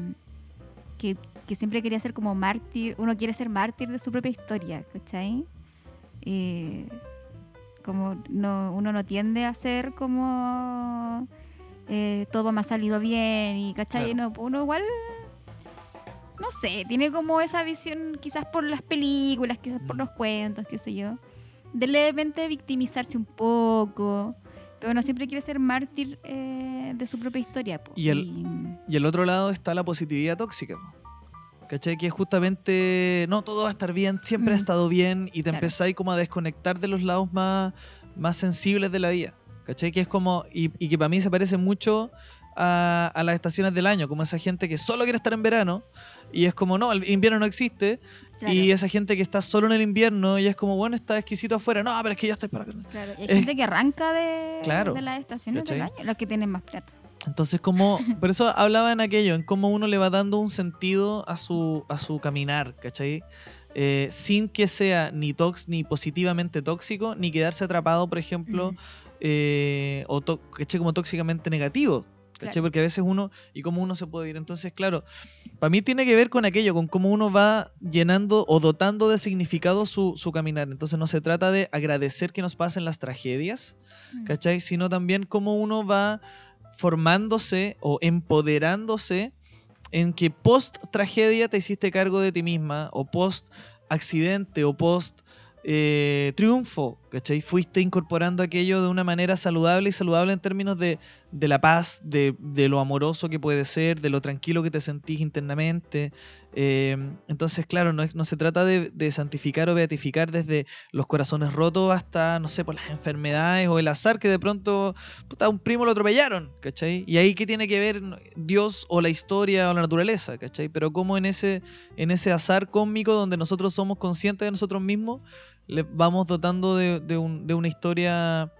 S1: que, que siempre quería ser como mártir, uno quiere ser mártir de su propia historia, ¿cachai? Eh, como no, uno no tiende a ser como eh, todo me ha salido bien y, ¿cachai?
S2: Claro.
S1: No, uno igual, no sé, tiene como esa visión quizás por las películas, quizás por
S2: Mm.
S1: los cuentos, qué sé yo, de levemente victimizarse un poco. Pero uno siempre quiere ser mártir eh, de su propia historia. po.
S2: Y el- Y al otro lado está la positividad tóxica. po. ¿Cachai? Que es justamente, no, todo va a estar bien, siempre ha
S1: Mm.
S2: estado bien y te
S1: Claro.
S2: empezáis como a desconectar de los lados más, más sensibles de la vida. ¿Cachai? Que es como, y, y que para mí se parece mucho a, a las estaciones del año, como esa gente que solo quiere estar en verano y es como, no, el invierno no existe.
S1: Claro,
S2: Y esa gente que está solo en el invierno y es como, bueno, está exquisito afuera, no, pero es que ya estoy para acá.
S1: claro. Y hay
S2: es-
S1: gente que arranca de,
S2: Claro,
S1: de las estaciones del
S2: ¿cachai?
S1: año, los que tienen más plata.
S2: Entonces, como, por eso hablaba en aquello, en cómo uno le va dando un sentido a su, a su caminar, ¿cachai? Eh, sin que sea ni, tox, ni positivamente tóxico, ni quedarse atrapado, por ejemplo,
S1: Mm.
S2: eh, o to- ¿cachai? como tóxicamente negativo, ¿cachai?
S1: Claro.
S2: Porque a veces uno, y cómo uno se puede ir. Entonces, claro, para mí tiene que ver con aquello, con cómo uno va llenando o dotando de significado su, su caminar. Entonces, no se trata de agradecer que nos pasen las tragedias,
S1: Mm.
S2: ¿cachai? Sino también cómo uno va formándose o empoderándose en que post tragedia te hiciste cargo de ti misma o post accidente o post eh, triunfo, ¿cachai? Fuiste incorporando aquello de una manera saludable y saludable en términos de, de la paz, de, de lo amoroso que puede ser, de lo tranquilo que te sentís internamente. Eh, entonces, claro, no, es- no se trata de, de santificar o beatificar desde los corazones rotos hasta, no sé, por las enfermedades o el azar que de pronto puta, a un primo lo atropellaron, ¿cachai? Y ahí qué tiene que ver Dios o la historia o la naturaleza, ¿cachai? Pero como en ese, en ese azar cósmico donde nosotros somos conscientes de nosotros mismos, le vamos dotando de, de un- de una historia,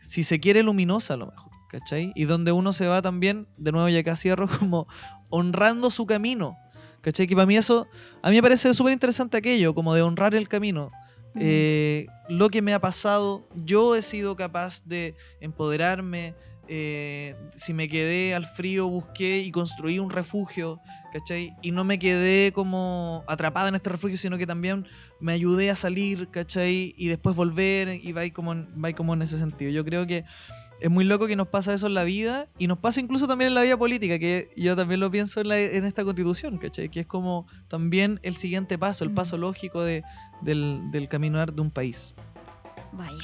S2: si se quiere, luminosa a lo mejor, ¿cachai? Y donde uno se va también, de nuevo ya acá cierro, como honrando su camino. ¿Cachai? Que para mí eso, a mí me parece súper interesante aquello, como de honrar el camino.
S1: Mm.
S2: Eh, lo que me ha pasado, yo he sido capaz de empoderarme. eh, si me quedé al frío, busqué y construí un refugio, ¿cachai? Y no me quedé como atrapada en este refugio, sino que también me ayudé a salir, ¿cachai? Y después volver y va y como, en- va y como en ese sentido. Yo creo que es muy loco que nos pasa eso en la vida y nos pasa incluso también en la vida política, que yo también lo pienso en, la- en esta constitución, ¿cachai? Que es como también el siguiente paso, el
S1: Mm.
S2: paso lógico de, del, del caminar de un país.
S1: Vaya.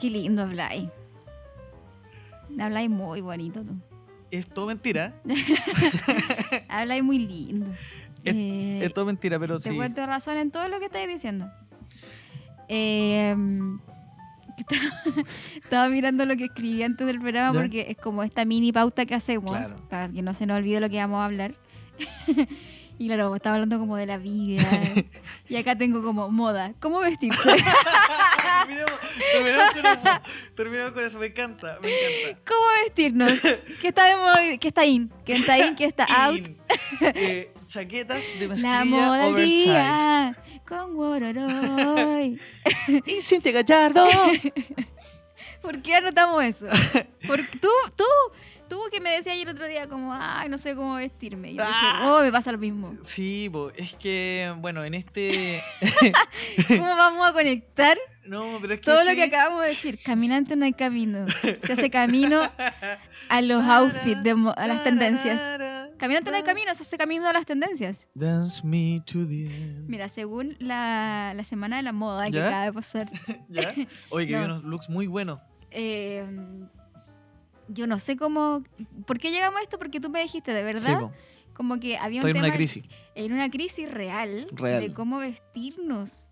S1: Qué lindo habláis. Habláis muy bonito tú.
S2: Es todo mentira,
S1: Habláis muy lindo.
S2: Es-
S1: Eh,
S2: es todo mentira, pero
S1: Te
S2: sí.
S1: cuento razón en todo lo que estáis diciendo. Eh, que estaba, estaba mirando lo que escribí antes del programa
S2: ¿Ya?
S1: porque es como esta mini pauta que hacemos
S2: Claro.
S1: para que no se nos olvide lo que vamos a hablar. y claro, estaba hablando como de la vida. y acá tengo como moda. ¿Cómo vestirse?
S2: terminamos, terminamos con eso, terminamos con eso, me encanta, me encanta.
S1: ¿Cómo vestirnos? ¿Qué está de moda? hoy? ¿Qué está in? ¿Qué está in? ¿Qué está out?
S2: In, eh, chaquetas de
S1: La
S2: mezclilla
S1: moda al
S2: oversized.
S1: día con Wororoy.
S2: Y Cintia Gallardo.
S1: ¿Por qué anotamos eso? Porque tú, tú, tú que me decías ayer otro día como, ay, no sé cómo vestirme. Y yo dije,
S2: Ah.
S1: oh, me pasa lo mismo.
S2: Sí, po, es que, bueno, en este...
S1: ¿Cómo vamos a conectar
S2: No, pero es que
S1: todo lo
S2: sí.
S1: que acabamos de decir? Caminante no hay camino. Se hace camino a los outfits, de mo- a las tendencias. Caminante no hay camino, se hace camino a las tendencias.
S2: Dance me to the end.
S1: Mira, según la, la semana de la moda que
S2: ¿Ya?
S1: acaba de pasar,
S2: ¿Ya? Oye, que
S1: No.
S2: vi unos looks muy buenos.
S1: eh, yo no em, sé cómo, ¿Por qué llegamos a esto? Porque tú me dijiste, de verdad,
S2: Sí, po.
S1: como que había un
S2: Estoy en
S1: tema
S2: una crisis.
S1: en una crisis real,
S2: Real.
S1: de cómo vestirnos.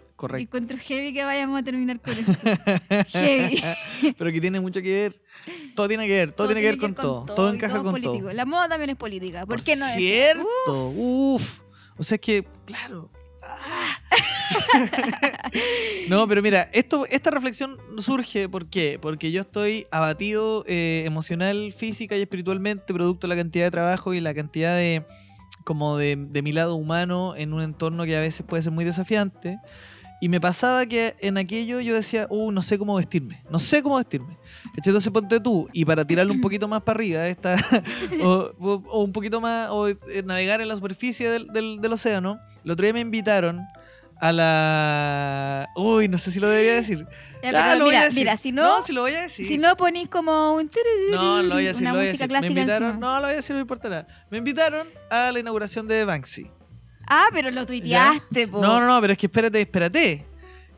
S1: Y
S2: Correcto.
S1: Encuentro heavy que vayamos a terminar con esto. heavy.
S2: Pero que tiene mucho que ver. Todo tiene que ver, todo, tiene que ver con, todo. Todo,
S1: y
S2: encaja
S1: es
S2: con
S1: político.
S2: todo.
S1: La moda también es política. ¿Por,
S2: Por
S1: qué no es?
S2: cierto. Uf. O sea, es que, claro. Ah. no, pero mira, esto, esta reflexión surge, ¿por qué? Porque yo estoy abatido eh, emocional, física y espiritualmente, producto de la cantidad de trabajo y la cantidad de, como de, de mi lado humano en un entorno que a veces puede ser muy desafiante. Y me pasaba que en aquello yo decía, uh, no sé cómo vestirme, no sé cómo vestirme. ¿Cachai? Entonces ponte tú, y para tirarlo un poquito más para arriba, esta, o, o- o un poquito más, o eh, navegar en la superficie del, del- del océano, el otro día me invitaron a la... Uy, no sé si lo debería decir.
S1: Uh, Ya,
S2: Ah,
S1: pero
S2: lo voy a
S1: mira,
S2: decir.
S1: mira, si no,
S2: si lo voy a decir.
S1: si no ponís como un tururú,
S2: No, lo voy a decir,
S1: una
S2: lo voy a
S1: música
S2: decir.
S1: clásica
S2: Me invitaron,
S1: encima.
S2: no, lo voy a decir, no importa nada. Me invitaron a la inauguración de Banksy.
S1: Ah, pero lo tuiteaste, po.
S2: No, no, no, pero es que espérate, espérate.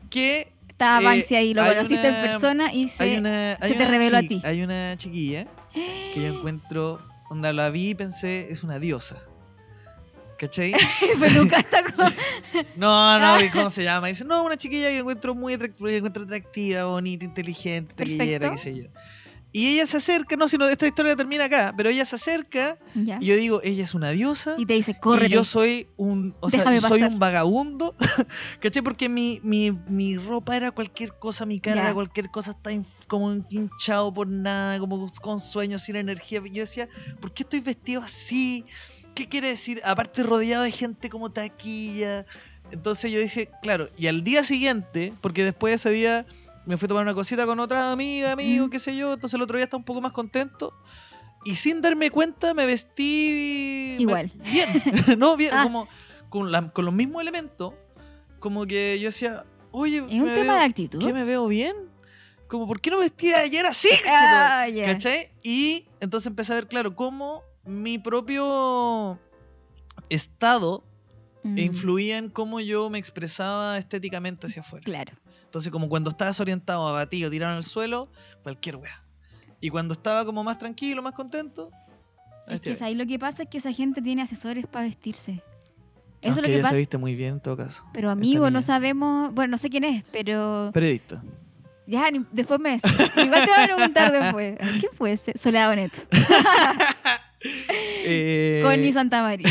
S2: Que
S1: Estaba
S2: eh,
S1: Banksy ahí, lo
S2: hay
S1: conociste
S2: una-
S1: en persona y se...
S2: hay una. hay
S1: se te
S2: una
S1: reveló a
S2: chiqui-
S1: ti.
S2: Hay una chiquilla que yo encuentro. Onda, la vi y pensé, es una diosa. ¿Cachai?
S1: "Eh, Peluca está con...
S2: No, no, ¿y ¿cómo se llama? Dice, no, una chiquilla que encuentro muy atractiva, encuentro atractiva, bonita, inteligente, taquillera, qué
S1: Perfecto.
S2: sé yo. Y ella se acerca, no, si no, esta historia termina acá, pero ella se acerca
S1: Ya.
S2: y yo digo, ella es una diosa.
S1: Y te dice, corre.
S2: Y yo soy un, o sea,
S1: Déjame
S2: soy
S1: pasar.
S2: un vagabundo, ¿cachai? Porque mi, mi, mi ropa era cualquier cosa, mi cara
S1: Ya.
S2: era cualquier cosa, está hin- como hinchado por nada, como con sueños, sin energía. Yo decía, ¿por qué estoy vestido así? ¿Qué quiere decir? Aparte rodeado de gente como taquilla. Entonces yo dije, claro, y al día siguiente, porque después de ese día me fui a tomar una cosita con otra amiga, amigo,
S1: Mm.
S2: qué sé yo, entonces el otro día estaba un poco más contento. Y sin darme cuenta me vestí me-
S1: Igual.
S2: bien, no bien,
S1: Ah.
S2: como con, la- con los mismos elementos, como que yo decía, oye,
S1: Es un
S2: me
S1: tema de
S2: veo-
S1: actitud.
S2: ¿qué me veo bien? Como, ¿por qué no vestí ayer así? conchetumare?
S1: Ah, ya.
S2: ¿Cachai? Y entonces empecé a ver, claro, cómo mi propio estado
S1: Mm,
S2: influía en cómo yo me expresaba estéticamente hacia afuera.
S1: Claro.
S2: Entonces, como cuando estaba desorientado, abatido, tirado en el suelo, cualquier weá. Y cuando estaba como más tranquilo, más contento,
S1: Es
S2: este
S1: que ahí lo que pasa es que esa gente tiene asesores para vestirse.
S2: Aunque
S1: Eso es lo que
S2: ella
S1: pasa.
S2: se viste muy bien en todo caso.
S1: Pero
S2: esta
S1: amigo, no
S2: niña.
S1: sabemos, bueno, no sé quién es, pero
S2: Periodista.
S1: ya ni- después me decís. Igual te voy a preguntar después. Ay, ¿Qué fue ese? Soledad Bonet.
S2: Eh,
S1: Connie Santa María.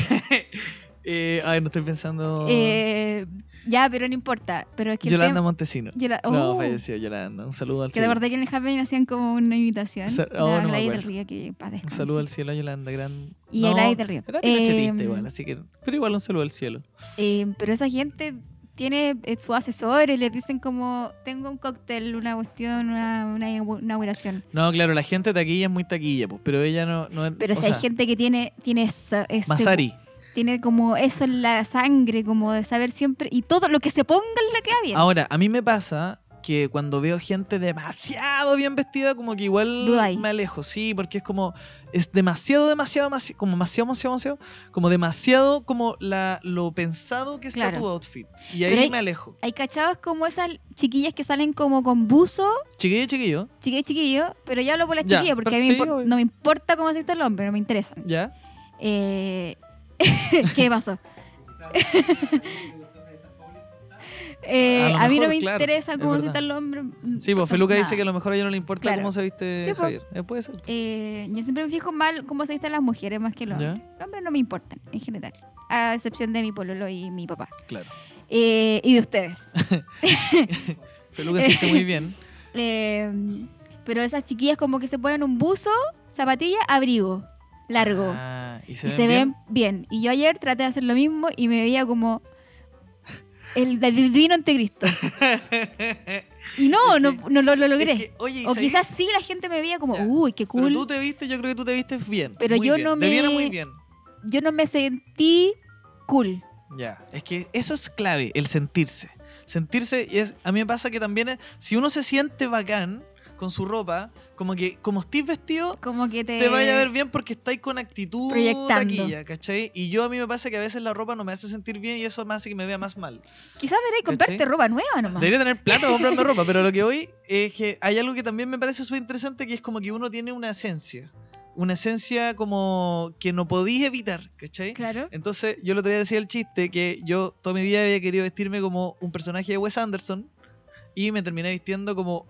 S2: eh, ay, no estoy pensando.
S1: Eh, ya, pero no importa. Pero es que el
S2: oh. Yolanda
S1: tema-
S2: Montesino.
S1: Yola-
S2: No,
S1: ¡Oh!
S2: falleció Yolanda. Un saludo al
S1: Que de
S2: cielo.
S1: verdad que en el Happening hacían como una imitación.
S2: Sa-
S1: La
S2: oh, no me
S1: Gladys del
S2: acuerdo.
S1: Río, que paz
S2: Un
S1: descanse.
S2: saludo al cielo a Yolanda. Gran...
S1: Y
S2: no,
S1: a Gladys del Río.
S2: Era pinochetista
S1: Eh,
S2: igual, así que. Pero igual un saludo al cielo.
S1: Eh, pero esa gente tiene eh, sus asesores, les dicen como, tengo un cóctel, una cuestión, una, una inau- inauguración.
S2: No, claro, la gente taquilla es muy taquilla, pues, pero ella no. no es-
S1: Pero
S2: o
S1: si hay
S2: sea,
S1: gente que tiene, tiene eso, ese-
S2: Masari.
S1: tiene como eso en la sangre, como de saber siempre, y todo lo que se ponga le queda bien.
S2: Ahora, a mí me pasa que cuando veo gente demasiado bien vestida, como que igual
S1: Dudáis.
S2: me alejo, sí, porque es como, es demasiado, demasiado, demasi- como demasiado, demasiado, demasiado, como demasiado como la, lo pensado que está
S1: Claro.
S2: tu outfit. Y
S1: Pero
S2: ahí
S1: hay-
S2: me alejo.
S1: Hay cachados como esas chiquillas que salen como con buzo,
S2: Chiquillo, chiquillo,
S1: chiquillo, chiquillo, pero ya hablo por las
S2: Ya,
S1: chiquillas, porque
S2: pero
S1: a mí me
S2: sí,
S1: impor-
S2: obvio.
S1: no me importa cómo se está el hombre, no me interesan.
S2: ¿ya?
S1: Eh, ¿Qué pasó? Eh,
S2: A
S1: a,
S2: lo
S1: mí no
S2: mejor,
S1: me
S2: claro,
S1: interesa
S2: es
S1: cómo se
S2: verdad.
S1: está el hombre.
S2: Sí, pues Feluca
S1: nada.
S2: dice que a lo mejor a ella no le importa
S1: Mm, Claro.
S2: cómo se viste
S1: Sí, pues.
S2: Javier. Eh, puede ser.
S1: Eh, yo siempre me fijo mal cómo se visten las mujeres más que los
S2: Ya.
S1: hombres. Los hombres no me importan, en general. A excepción de mi pololo y mi papá.
S2: Claro.
S1: Eh, y de ustedes.
S2: Feluca se viste muy bien.
S1: Eh, pero esas chiquillas como que se ponen un buzo, zapatilla, abrigo, largo.
S2: Ah, y se
S1: y
S2: ven
S1: se
S2: bien?
S1: ven bien. Y yo ayer traté de hacer lo mismo y me veía como el divino anticristo. Y no,
S2: Es
S1: no, no lo, lo logré.
S2: Es que, oye, ¿y
S1: o
S2: sabéis?
S1: quizás sí la gente me veía como,
S2: Ya.
S1: uy, qué cool.
S2: Pero tú te viste, yo creo que tú te vistes bien.
S1: Pero
S2: muy
S1: yo
S2: bien.
S1: no
S2: De bien a
S1: me-
S2: muy bien.
S1: Yo no me sentí cool.
S2: Ya, es que eso es clave, el sentirse. Sentirse, y es, a mí me pasa que también, es- si uno se siente bacán con su ropa, como que como estés vestido,
S1: Como que te...
S2: te vaya a ver bien porque estáis con actitud
S1: Proyectando.
S2: taquilla, ¿cachai? Y yo a mí me pasa que a veces la ropa no me hace sentir bien y eso me hace que me vea más mal.
S1: Quizás debería comprarte
S2: ¿Cachai?
S1: ropa nueva nomás.
S2: Debería tener plata para comprarme ropa, pero lo que hoy es que hay algo que también me parece súper interesante que es como que uno tiene una esencia. una esencia como que no podís evitar, ¿cachai?
S1: Claro.
S2: Entonces, yo lo tenía decía el chiste que yo toda mi vida había querido vestirme como un personaje de Wes Anderson y me terminé vistiendo como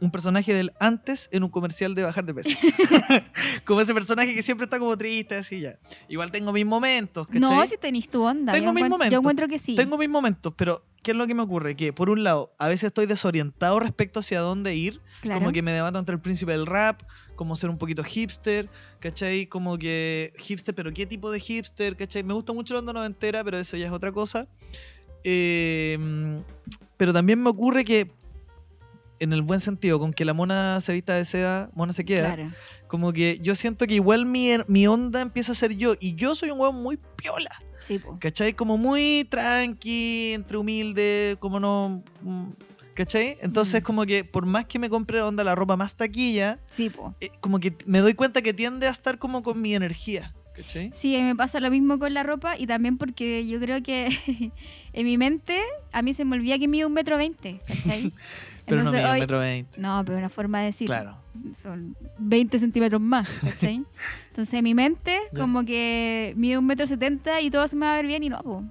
S2: un personaje del antes en un comercial de bajar de peso. como ese personaje que siempre está como triste, así ya. Igual tengo mis momentos, ¿cachai?
S1: No, si tenés tu onda.
S2: Tengo
S1: yo,
S2: mis
S1: encuent-
S2: momentos.
S1: yo encuentro que sí.
S2: Tengo mis momentos, pero ¿qué es lo que me ocurre? Que por un lado, a veces estoy desorientado respecto hacia dónde ir
S1: claro.
S2: como que me debato entre el príncipe del rap, como ser un poquito hipster, ¿cachai? Como que hipster, pero ¿qué tipo de hipster? ¿Cachai? Me gusta mucho la onda noventera, pero eso ya es otra cosa. Eh, pero también me ocurre que, en el buen sentido, con que la mona se vista de seda, mona se queda.
S1: Claro.
S2: Como que yo siento que igual mi, mi onda empieza a ser yo, y yo soy un hueón muy piola.
S1: Sí, po.
S2: ¿Cachai? Como muy tranqui, entre humilde, como no. mm, ¿Cachai? Entonces,
S1: Mm.
S2: como que por más que me compre onda la ropa más taquilla,
S1: Sí, po.
S2: eh, como que t- me doy cuenta que tiende a estar como con mi energía. ¿Cachai?
S1: Sí, me pasa lo mismo con la ropa y también porque yo creo que en mi mente a mí se me olvida que mido un metro veinte, ¿cachai?
S2: Pero no
S1: Entonces,
S2: me dio
S1: hoy-
S2: metro veinte.
S1: No, pero una forma de decir.
S2: Claro.
S1: Son 20 centímetros más, ¿cachai? Entonces en mi mente
S2: Ya.
S1: como que mide un metro setenta y todo se me va a ver bien y no, po.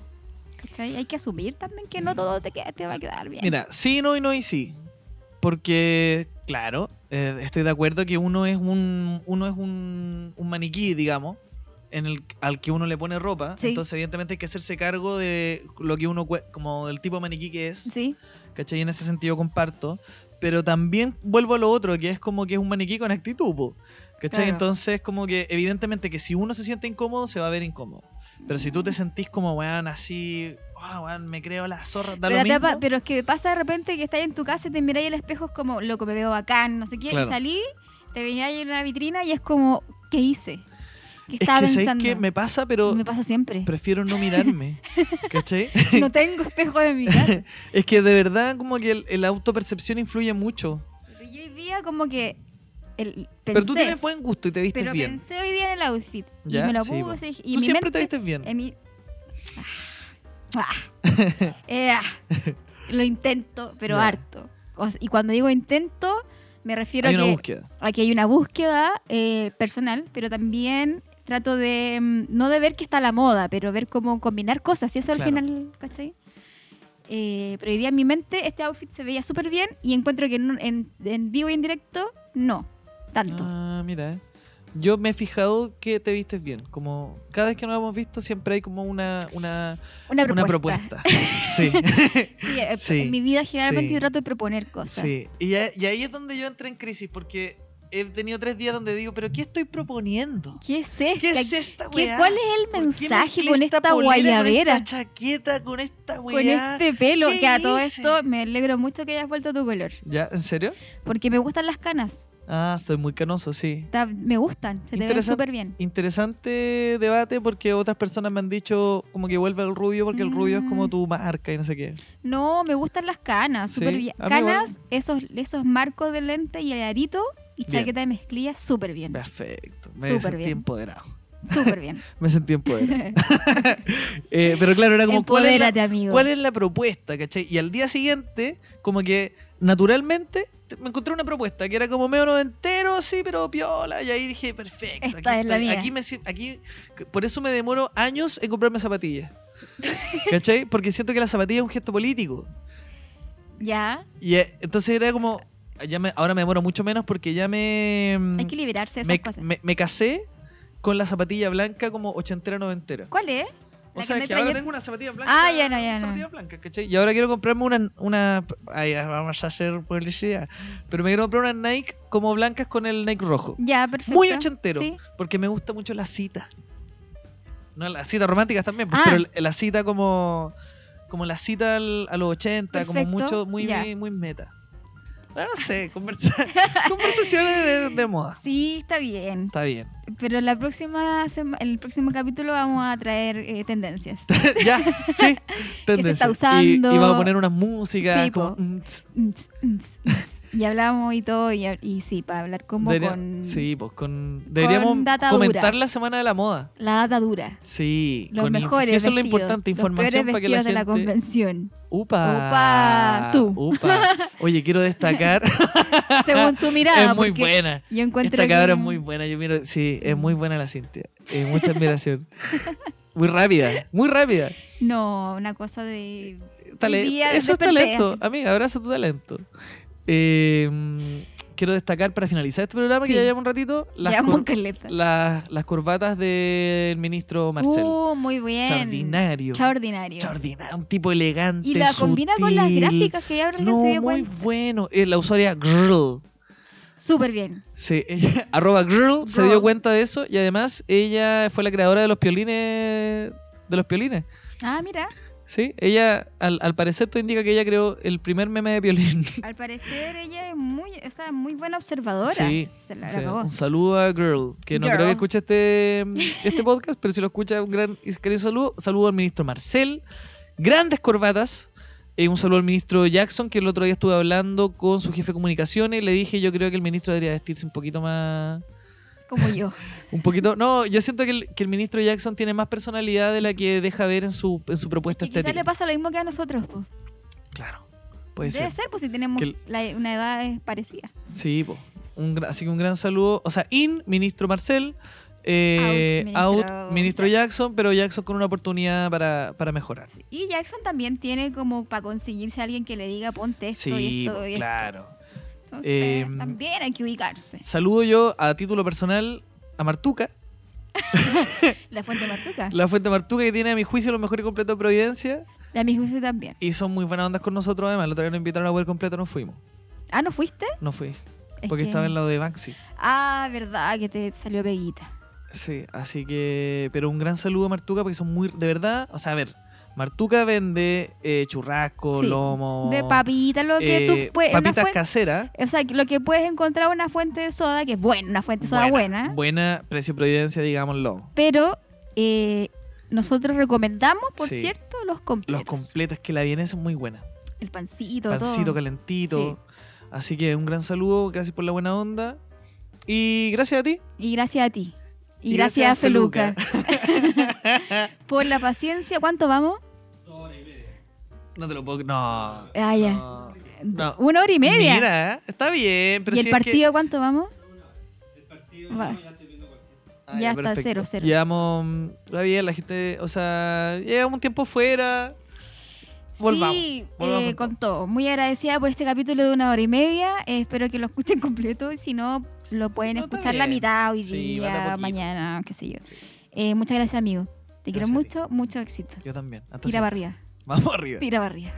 S1: ¿Cachai? Hay que asumir también que no todo te, queda- te va a quedar bien.
S2: Mm. Mira, sí, no y no y sí. Porque, claro, eh, estoy de acuerdo que uno es un. uno es un, un maniquí, digamos. En el, al que uno le pone ropa,
S1: Sí.
S2: entonces evidentemente hay que hacerse cargo de lo que uno, cue- como del tipo de maniquí que es,
S1: Sí,
S2: ¿cachai? En ese sentido comparto. Pero también vuelvo a lo otro, que es como que es un maniquí con actitud, po, ¿cachai?
S1: Claro.
S2: Entonces, como que evidentemente que si uno se siente incómodo, se va a ver incómodo. Pero si tú te sentís como, weón, así, "Ah, weón, me creo la zorra, da
S1: pero,
S2: lo
S1: te
S2: mismo.
S1: pa- pero es que pasa de repente que estás en tu casa y te miráis al espejo, es como, loco, me veo bacán, no sé qué,
S2: Claro.
S1: y salí, te miráis en una vitrina y es como, ¿qué hice? ¿Qué
S2: es
S1: estaba
S2: que sabéis
S1: pensando?
S2: que me pasa, pero
S1: Me pasa siempre.
S2: prefiero no mirarme, ¿cachai?
S1: No tengo espejo de mi casa.
S2: es que de verdad, como que el, el autopercepción influye mucho.
S1: Pero yo hoy día como que el- pensé,
S2: pero tú tienes buen gusto y te vistes
S1: pero
S2: bien.
S1: pensé hoy día en el outfit. Y
S2: Ya,
S1: me lo
S2: sí, pues.
S1: puse y
S2: tú
S1: mi
S2: siempre
S1: mente,
S2: te vistes bien.
S1: en mi- Ah, ah, eh, ah. lo intento, pero
S2: Ya.
S1: harto. O sea, y cuando digo intento, me refiero
S2: Hay
S1: a
S2: una
S1: que
S2: búsqueda.
S1: aquí hay una búsqueda eh, personal, pero también trato de mm, no de ver que está la moda, pero ver cómo combinar cosas, y eso
S2: Claro.
S1: al final, ¿cachai? Eh, pero hoy día en mi mente este outfit se veía súper bien y encuentro que en, en- en vivo y en directo no, tanto.
S2: Ah, mira. eh. Yo me he fijado que te vistes bien. Como cada vez que nos hemos visto siempre hay como una, una,
S1: una propuesta.
S2: una propuesta. Sí.
S1: Sí, eh,
S2: Sí,
S1: en mi vida generalmente
S2: sí.
S1: trato de proponer cosas.
S2: sí. Y, a- y ahí es donde yo entré en crisis porque he tenido tres días donde digo, pero ¿qué estoy proponiendo?
S1: ¿Qué es esto?
S2: ¿Qué es esta weá?
S1: ¿Cuál es el
S2: ¿Por qué
S1: mensaje
S2: mezclé
S1: con esta
S2: polera,
S1: guayabera?
S2: Con esta chaqueta, con esta
S1: Con
S2: weá.
S1: este pelo,
S2: ¿Qué
S1: que a todo
S2: hice?
S1: esto me alegro mucho que hayas vuelto a tu color.
S2: ¿Ya? ¿En serio?
S1: Porque me gustan las canas.
S2: Ah, estoy muy canoso, sí.
S1: Ta- me gustan, se te ven
S2: Interesante.
S1: súper bien.
S2: Interesante debate porque otras personas me han dicho como que vuelve el rubio porque el rubio es como
S1: Mm.
S2: tu marca y no sé qué.
S1: No, me gustan las canas, súper
S2: Sí,
S1: bien.
S2: a mí
S1: Canas, esos, esos marcos de lente y el arito y
S2: Bien.
S1: chaqueta de mezclilla, súper bien.
S2: Perfecto. Me
S1: Súper
S2: sentí
S1: bien.
S2: empoderado.
S1: Súper bien.
S2: Me sentí empoderado. Eh, pero claro, era como, ¿cuál es, la,
S1: Empodérate, amigo.
S2: cuál es la propuesta? ¿Cachai? Y al día siguiente, como que naturalmente te- me encontré una propuesta que era como medio noventero, sí, pero piola. Y ahí dije, perfecto.
S1: Esta es la
S2: estoy,
S1: mía.
S2: Aquí me, sir- aquí, por eso me demoro años en comprarme zapatillas. ¿Cachai? Porque siento que la zapatilla es un gesto político.
S1: Ya,
S2: Y eh, entonces era como, ya me- ahora me demoro mucho menos porque ya me...
S1: hay que liberarse de esas
S2: Mm, me,
S1: cosas.
S2: me- me casé con la zapatilla blanca como ochentera, noventera.
S1: ¿Cuál es?
S2: O
S1: La
S2: sea,
S1: que me
S2: que, ahora
S1: traía-
S2: tengo una zapatilla blanca.
S1: Ah, ya no, ya no.
S2: zapatilla blanca, ¿cachai? Y ahora quiero comprarme una. una ay, ya vamos a hacer publicidad. Pero me quiero comprar una Nike como blancas con el Nike rojo.
S1: Ya, perfecto.
S2: Muy ochentero.
S1: Sí.
S2: Porque me gusta mucho la cita. No, las citas románticas también, pues,
S1: Ah.
S2: pero el- la cita como. Como la cita al- a los 80, como
S1: Perfecto,
S2: mucho, muy,
S1: ya.
S2: muy, muy meta. Bueno, no sé, conversa- conversaciones de, de moda.
S1: Sí, está bien.
S2: Está bien.
S1: Pero la próxima sema- el próximo capítulo vamos a traer eh, tendencias.
S2: ya, sí. tendencia.
S1: está
S2: Y-
S1: usando.
S2: Y, vamos a poner unas músicas.
S1: Sí,
S2: como,
S1: po.
S2: mm, tss,
S1: Ns, ns, ns. y hablamos y todo, y, y sí, para hablar como
S2: debería-
S1: con
S2: sí, pues con. Deberíamos
S1: data
S2: comentar
S1: dura.
S2: la semana de la moda.
S1: la data dura.
S2: Sí,
S1: Los
S2: con inf-
S1: mejores
S2: sí, eso es lo
S1: vestidos,
S2: importante,
S1: los
S2: información
S1: peores
S2: para que
S1: vestidos
S2: la gente.
S1: de la convención.
S2: Upa.
S1: Upa, tú.
S2: Upa. Oye, quiero destacar.
S1: Según tu mirada,
S2: es muy
S1: porque
S2: buena.
S1: yo encuentro
S2: Esta cabra
S1: que-
S2: es muy buena. Yo miro, sí, es muy buena la Cintia. Eh, mucha admiración. muy rápida, muy rápida.
S1: No, una cosa de
S2: Tale-
S1: Hoy día
S2: Eso es
S1: desperté,
S2: talento,
S1: así.
S2: amiga, abrazo tu talento. Eh, mm, quiero destacar para finalizar este programa, que
S1: Sí.
S2: ya llevamos un ratito, las,
S1: llamo
S2: cor-
S1: caleta.
S2: las, las corbatas del ministro Marcel.
S1: Uh, muy bien.
S2: Extraordinario.
S1: Extraordinario.
S2: Extraordinario, un tipo elegante.
S1: Y la combina con las
S2: sutil.
S1: gráficas que ya ahora
S2: No,
S1: se
S2: muy
S1: dio cuenta.
S2: bueno. Eh, la usuaria Grrl.
S1: Súper bien.
S2: Sí, ella- arroba girl, se dio
S1: Girl.
S2: cuenta de eso y además ella fue la creadora de los piolines. De los piolines.
S1: Ah, mira.
S2: Sí, ella al, al parecer todo indica que ella creó el primer meme de violín.
S1: Al parecer ella es muy, o sea, muy buena observadora.
S2: Sí,
S1: Se la, la
S2: O sea,
S1: cagó.
S2: un saludo a Girl, que no
S1: Girl.
S2: creo que escuche este, este podcast, pero si lo escucha, un gran y querido saludo. Saludo al ministro Marcel, grandes corbatas. Eh, un saludo al ministro Jackson, que el otro día estuve hablando con su jefe de comunicaciones y le dije, yo creo que el ministro debería vestirse un poquito más...
S1: Como yo.
S2: Un poquito... No, yo siento que el, que el ministro Jackson tiene más personalidad de la que deja ver en su, en su propuesta
S1: Y quizás le
S2: estética.
S1: pasa lo mismo que a nosotros. Pues.
S2: Claro, puede
S1: Debe
S2: ser.
S1: ser, pues si tenemos
S2: Que el-
S1: la- una edad eh, parecida.
S2: Sí, po. Un gra- así que un gran saludo. O sea, in, ministro Marcel. eh, out,
S1: Out,
S2: ministro,
S1: ministro
S2: Jackson.
S1: Jackson.
S2: pero Jackson con una oportunidad para, para mejorar.
S1: Sí. Y Jackson también tiene como para conseguirse a alguien que le diga ponte esto y
S2: Sí,
S1: esto
S2: po,
S1: y esto".
S2: claro.
S1: Entonces,
S2: Eh,
S1: también hay que ubicarse.
S2: Saludo yo a título personal a Martuca,
S1: La fuente Martuca.
S2: la fuente Martuca que tiene a mi juicio los mejores completos de Providencia
S1: La mi juicio también.
S2: y son muy buenas ondas con nosotros además. El otro día nos invitaron a ver completo, no fuimos.
S1: Ah, ¿no fuiste?
S2: No fui,
S1: Es
S2: porque
S1: que-
S2: estaba en lo de Maxi.
S1: Ah, verdad, que te salió peguita.
S2: Sí, así que. Pero un gran saludo a Martuca porque son muy. De verdad, o sea, a ver, Martuca vende eh, churrasco,
S1: Sí,
S2: lomo.
S1: De papita, lo que
S2: eh,
S1: tú puedes. una
S2: papitas
S1: fuen-
S2: caseras.
S1: o sea, que lo que puedes encontrar una fuente de soda, que es buena, una fuente de soda buena.
S2: Buena precio providencia, digámoslo.
S1: Pero eh, nosotros recomendamos, por
S2: Sí.
S1: cierto, los
S2: Los
S1: completos.
S2: completos que la vienesa es muy buena.
S1: el pancito,
S2: Pancito
S1: todo.
S2: calentito. Así que un gran saludo, gracias por la buena onda. Y gracias a ti.
S1: Y gracias a ti. Y,
S2: Y
S1: gracias,
S2: gracias a
S1: a Feluca. por la paciencia, ¿cuánto vamos?
S2: No te lo puedo. No.
S1: Ah, ya.
S2: no. No.
S1: Una hora y media.
S2: Mira, está bien. Pero
S1: ¿Y
S2: si
S1: el
S2: es que-
S1: partido cuánto vamos? Vas.
S2: Ah,
S1: Ya está,
S2: perfecto.
S1: cero, cero.
S2: Llevamos. mm, Está bien, la gente. O sea, llevamos un tiempo fuera. Volvamos,
S1: sí,
S2: volvamos
S1: eh,
S2: con
S1: con todo. Muy agradecida por este capítulo de una hora y media. Eh, espero que lo escuchen completo y si no, lo pueden
S2: no, está
S1: escuchar la
S2: bien.
S1: mitad hoy
S2: Sí, va de a
S1: día,
S2: poquito.
S1: mañana, qué sé yo.
S2: Sí.
S1: Eh, muchas gracias, amigo. Te quiero
S2: Gracias a ti.
S1: mucho, mucho éxito.
S2: Yo también. Hasta
S1: Tira para
S2: siempre.
S1: arriba,
S2: Vamos arriba.
S1: tira para arriba.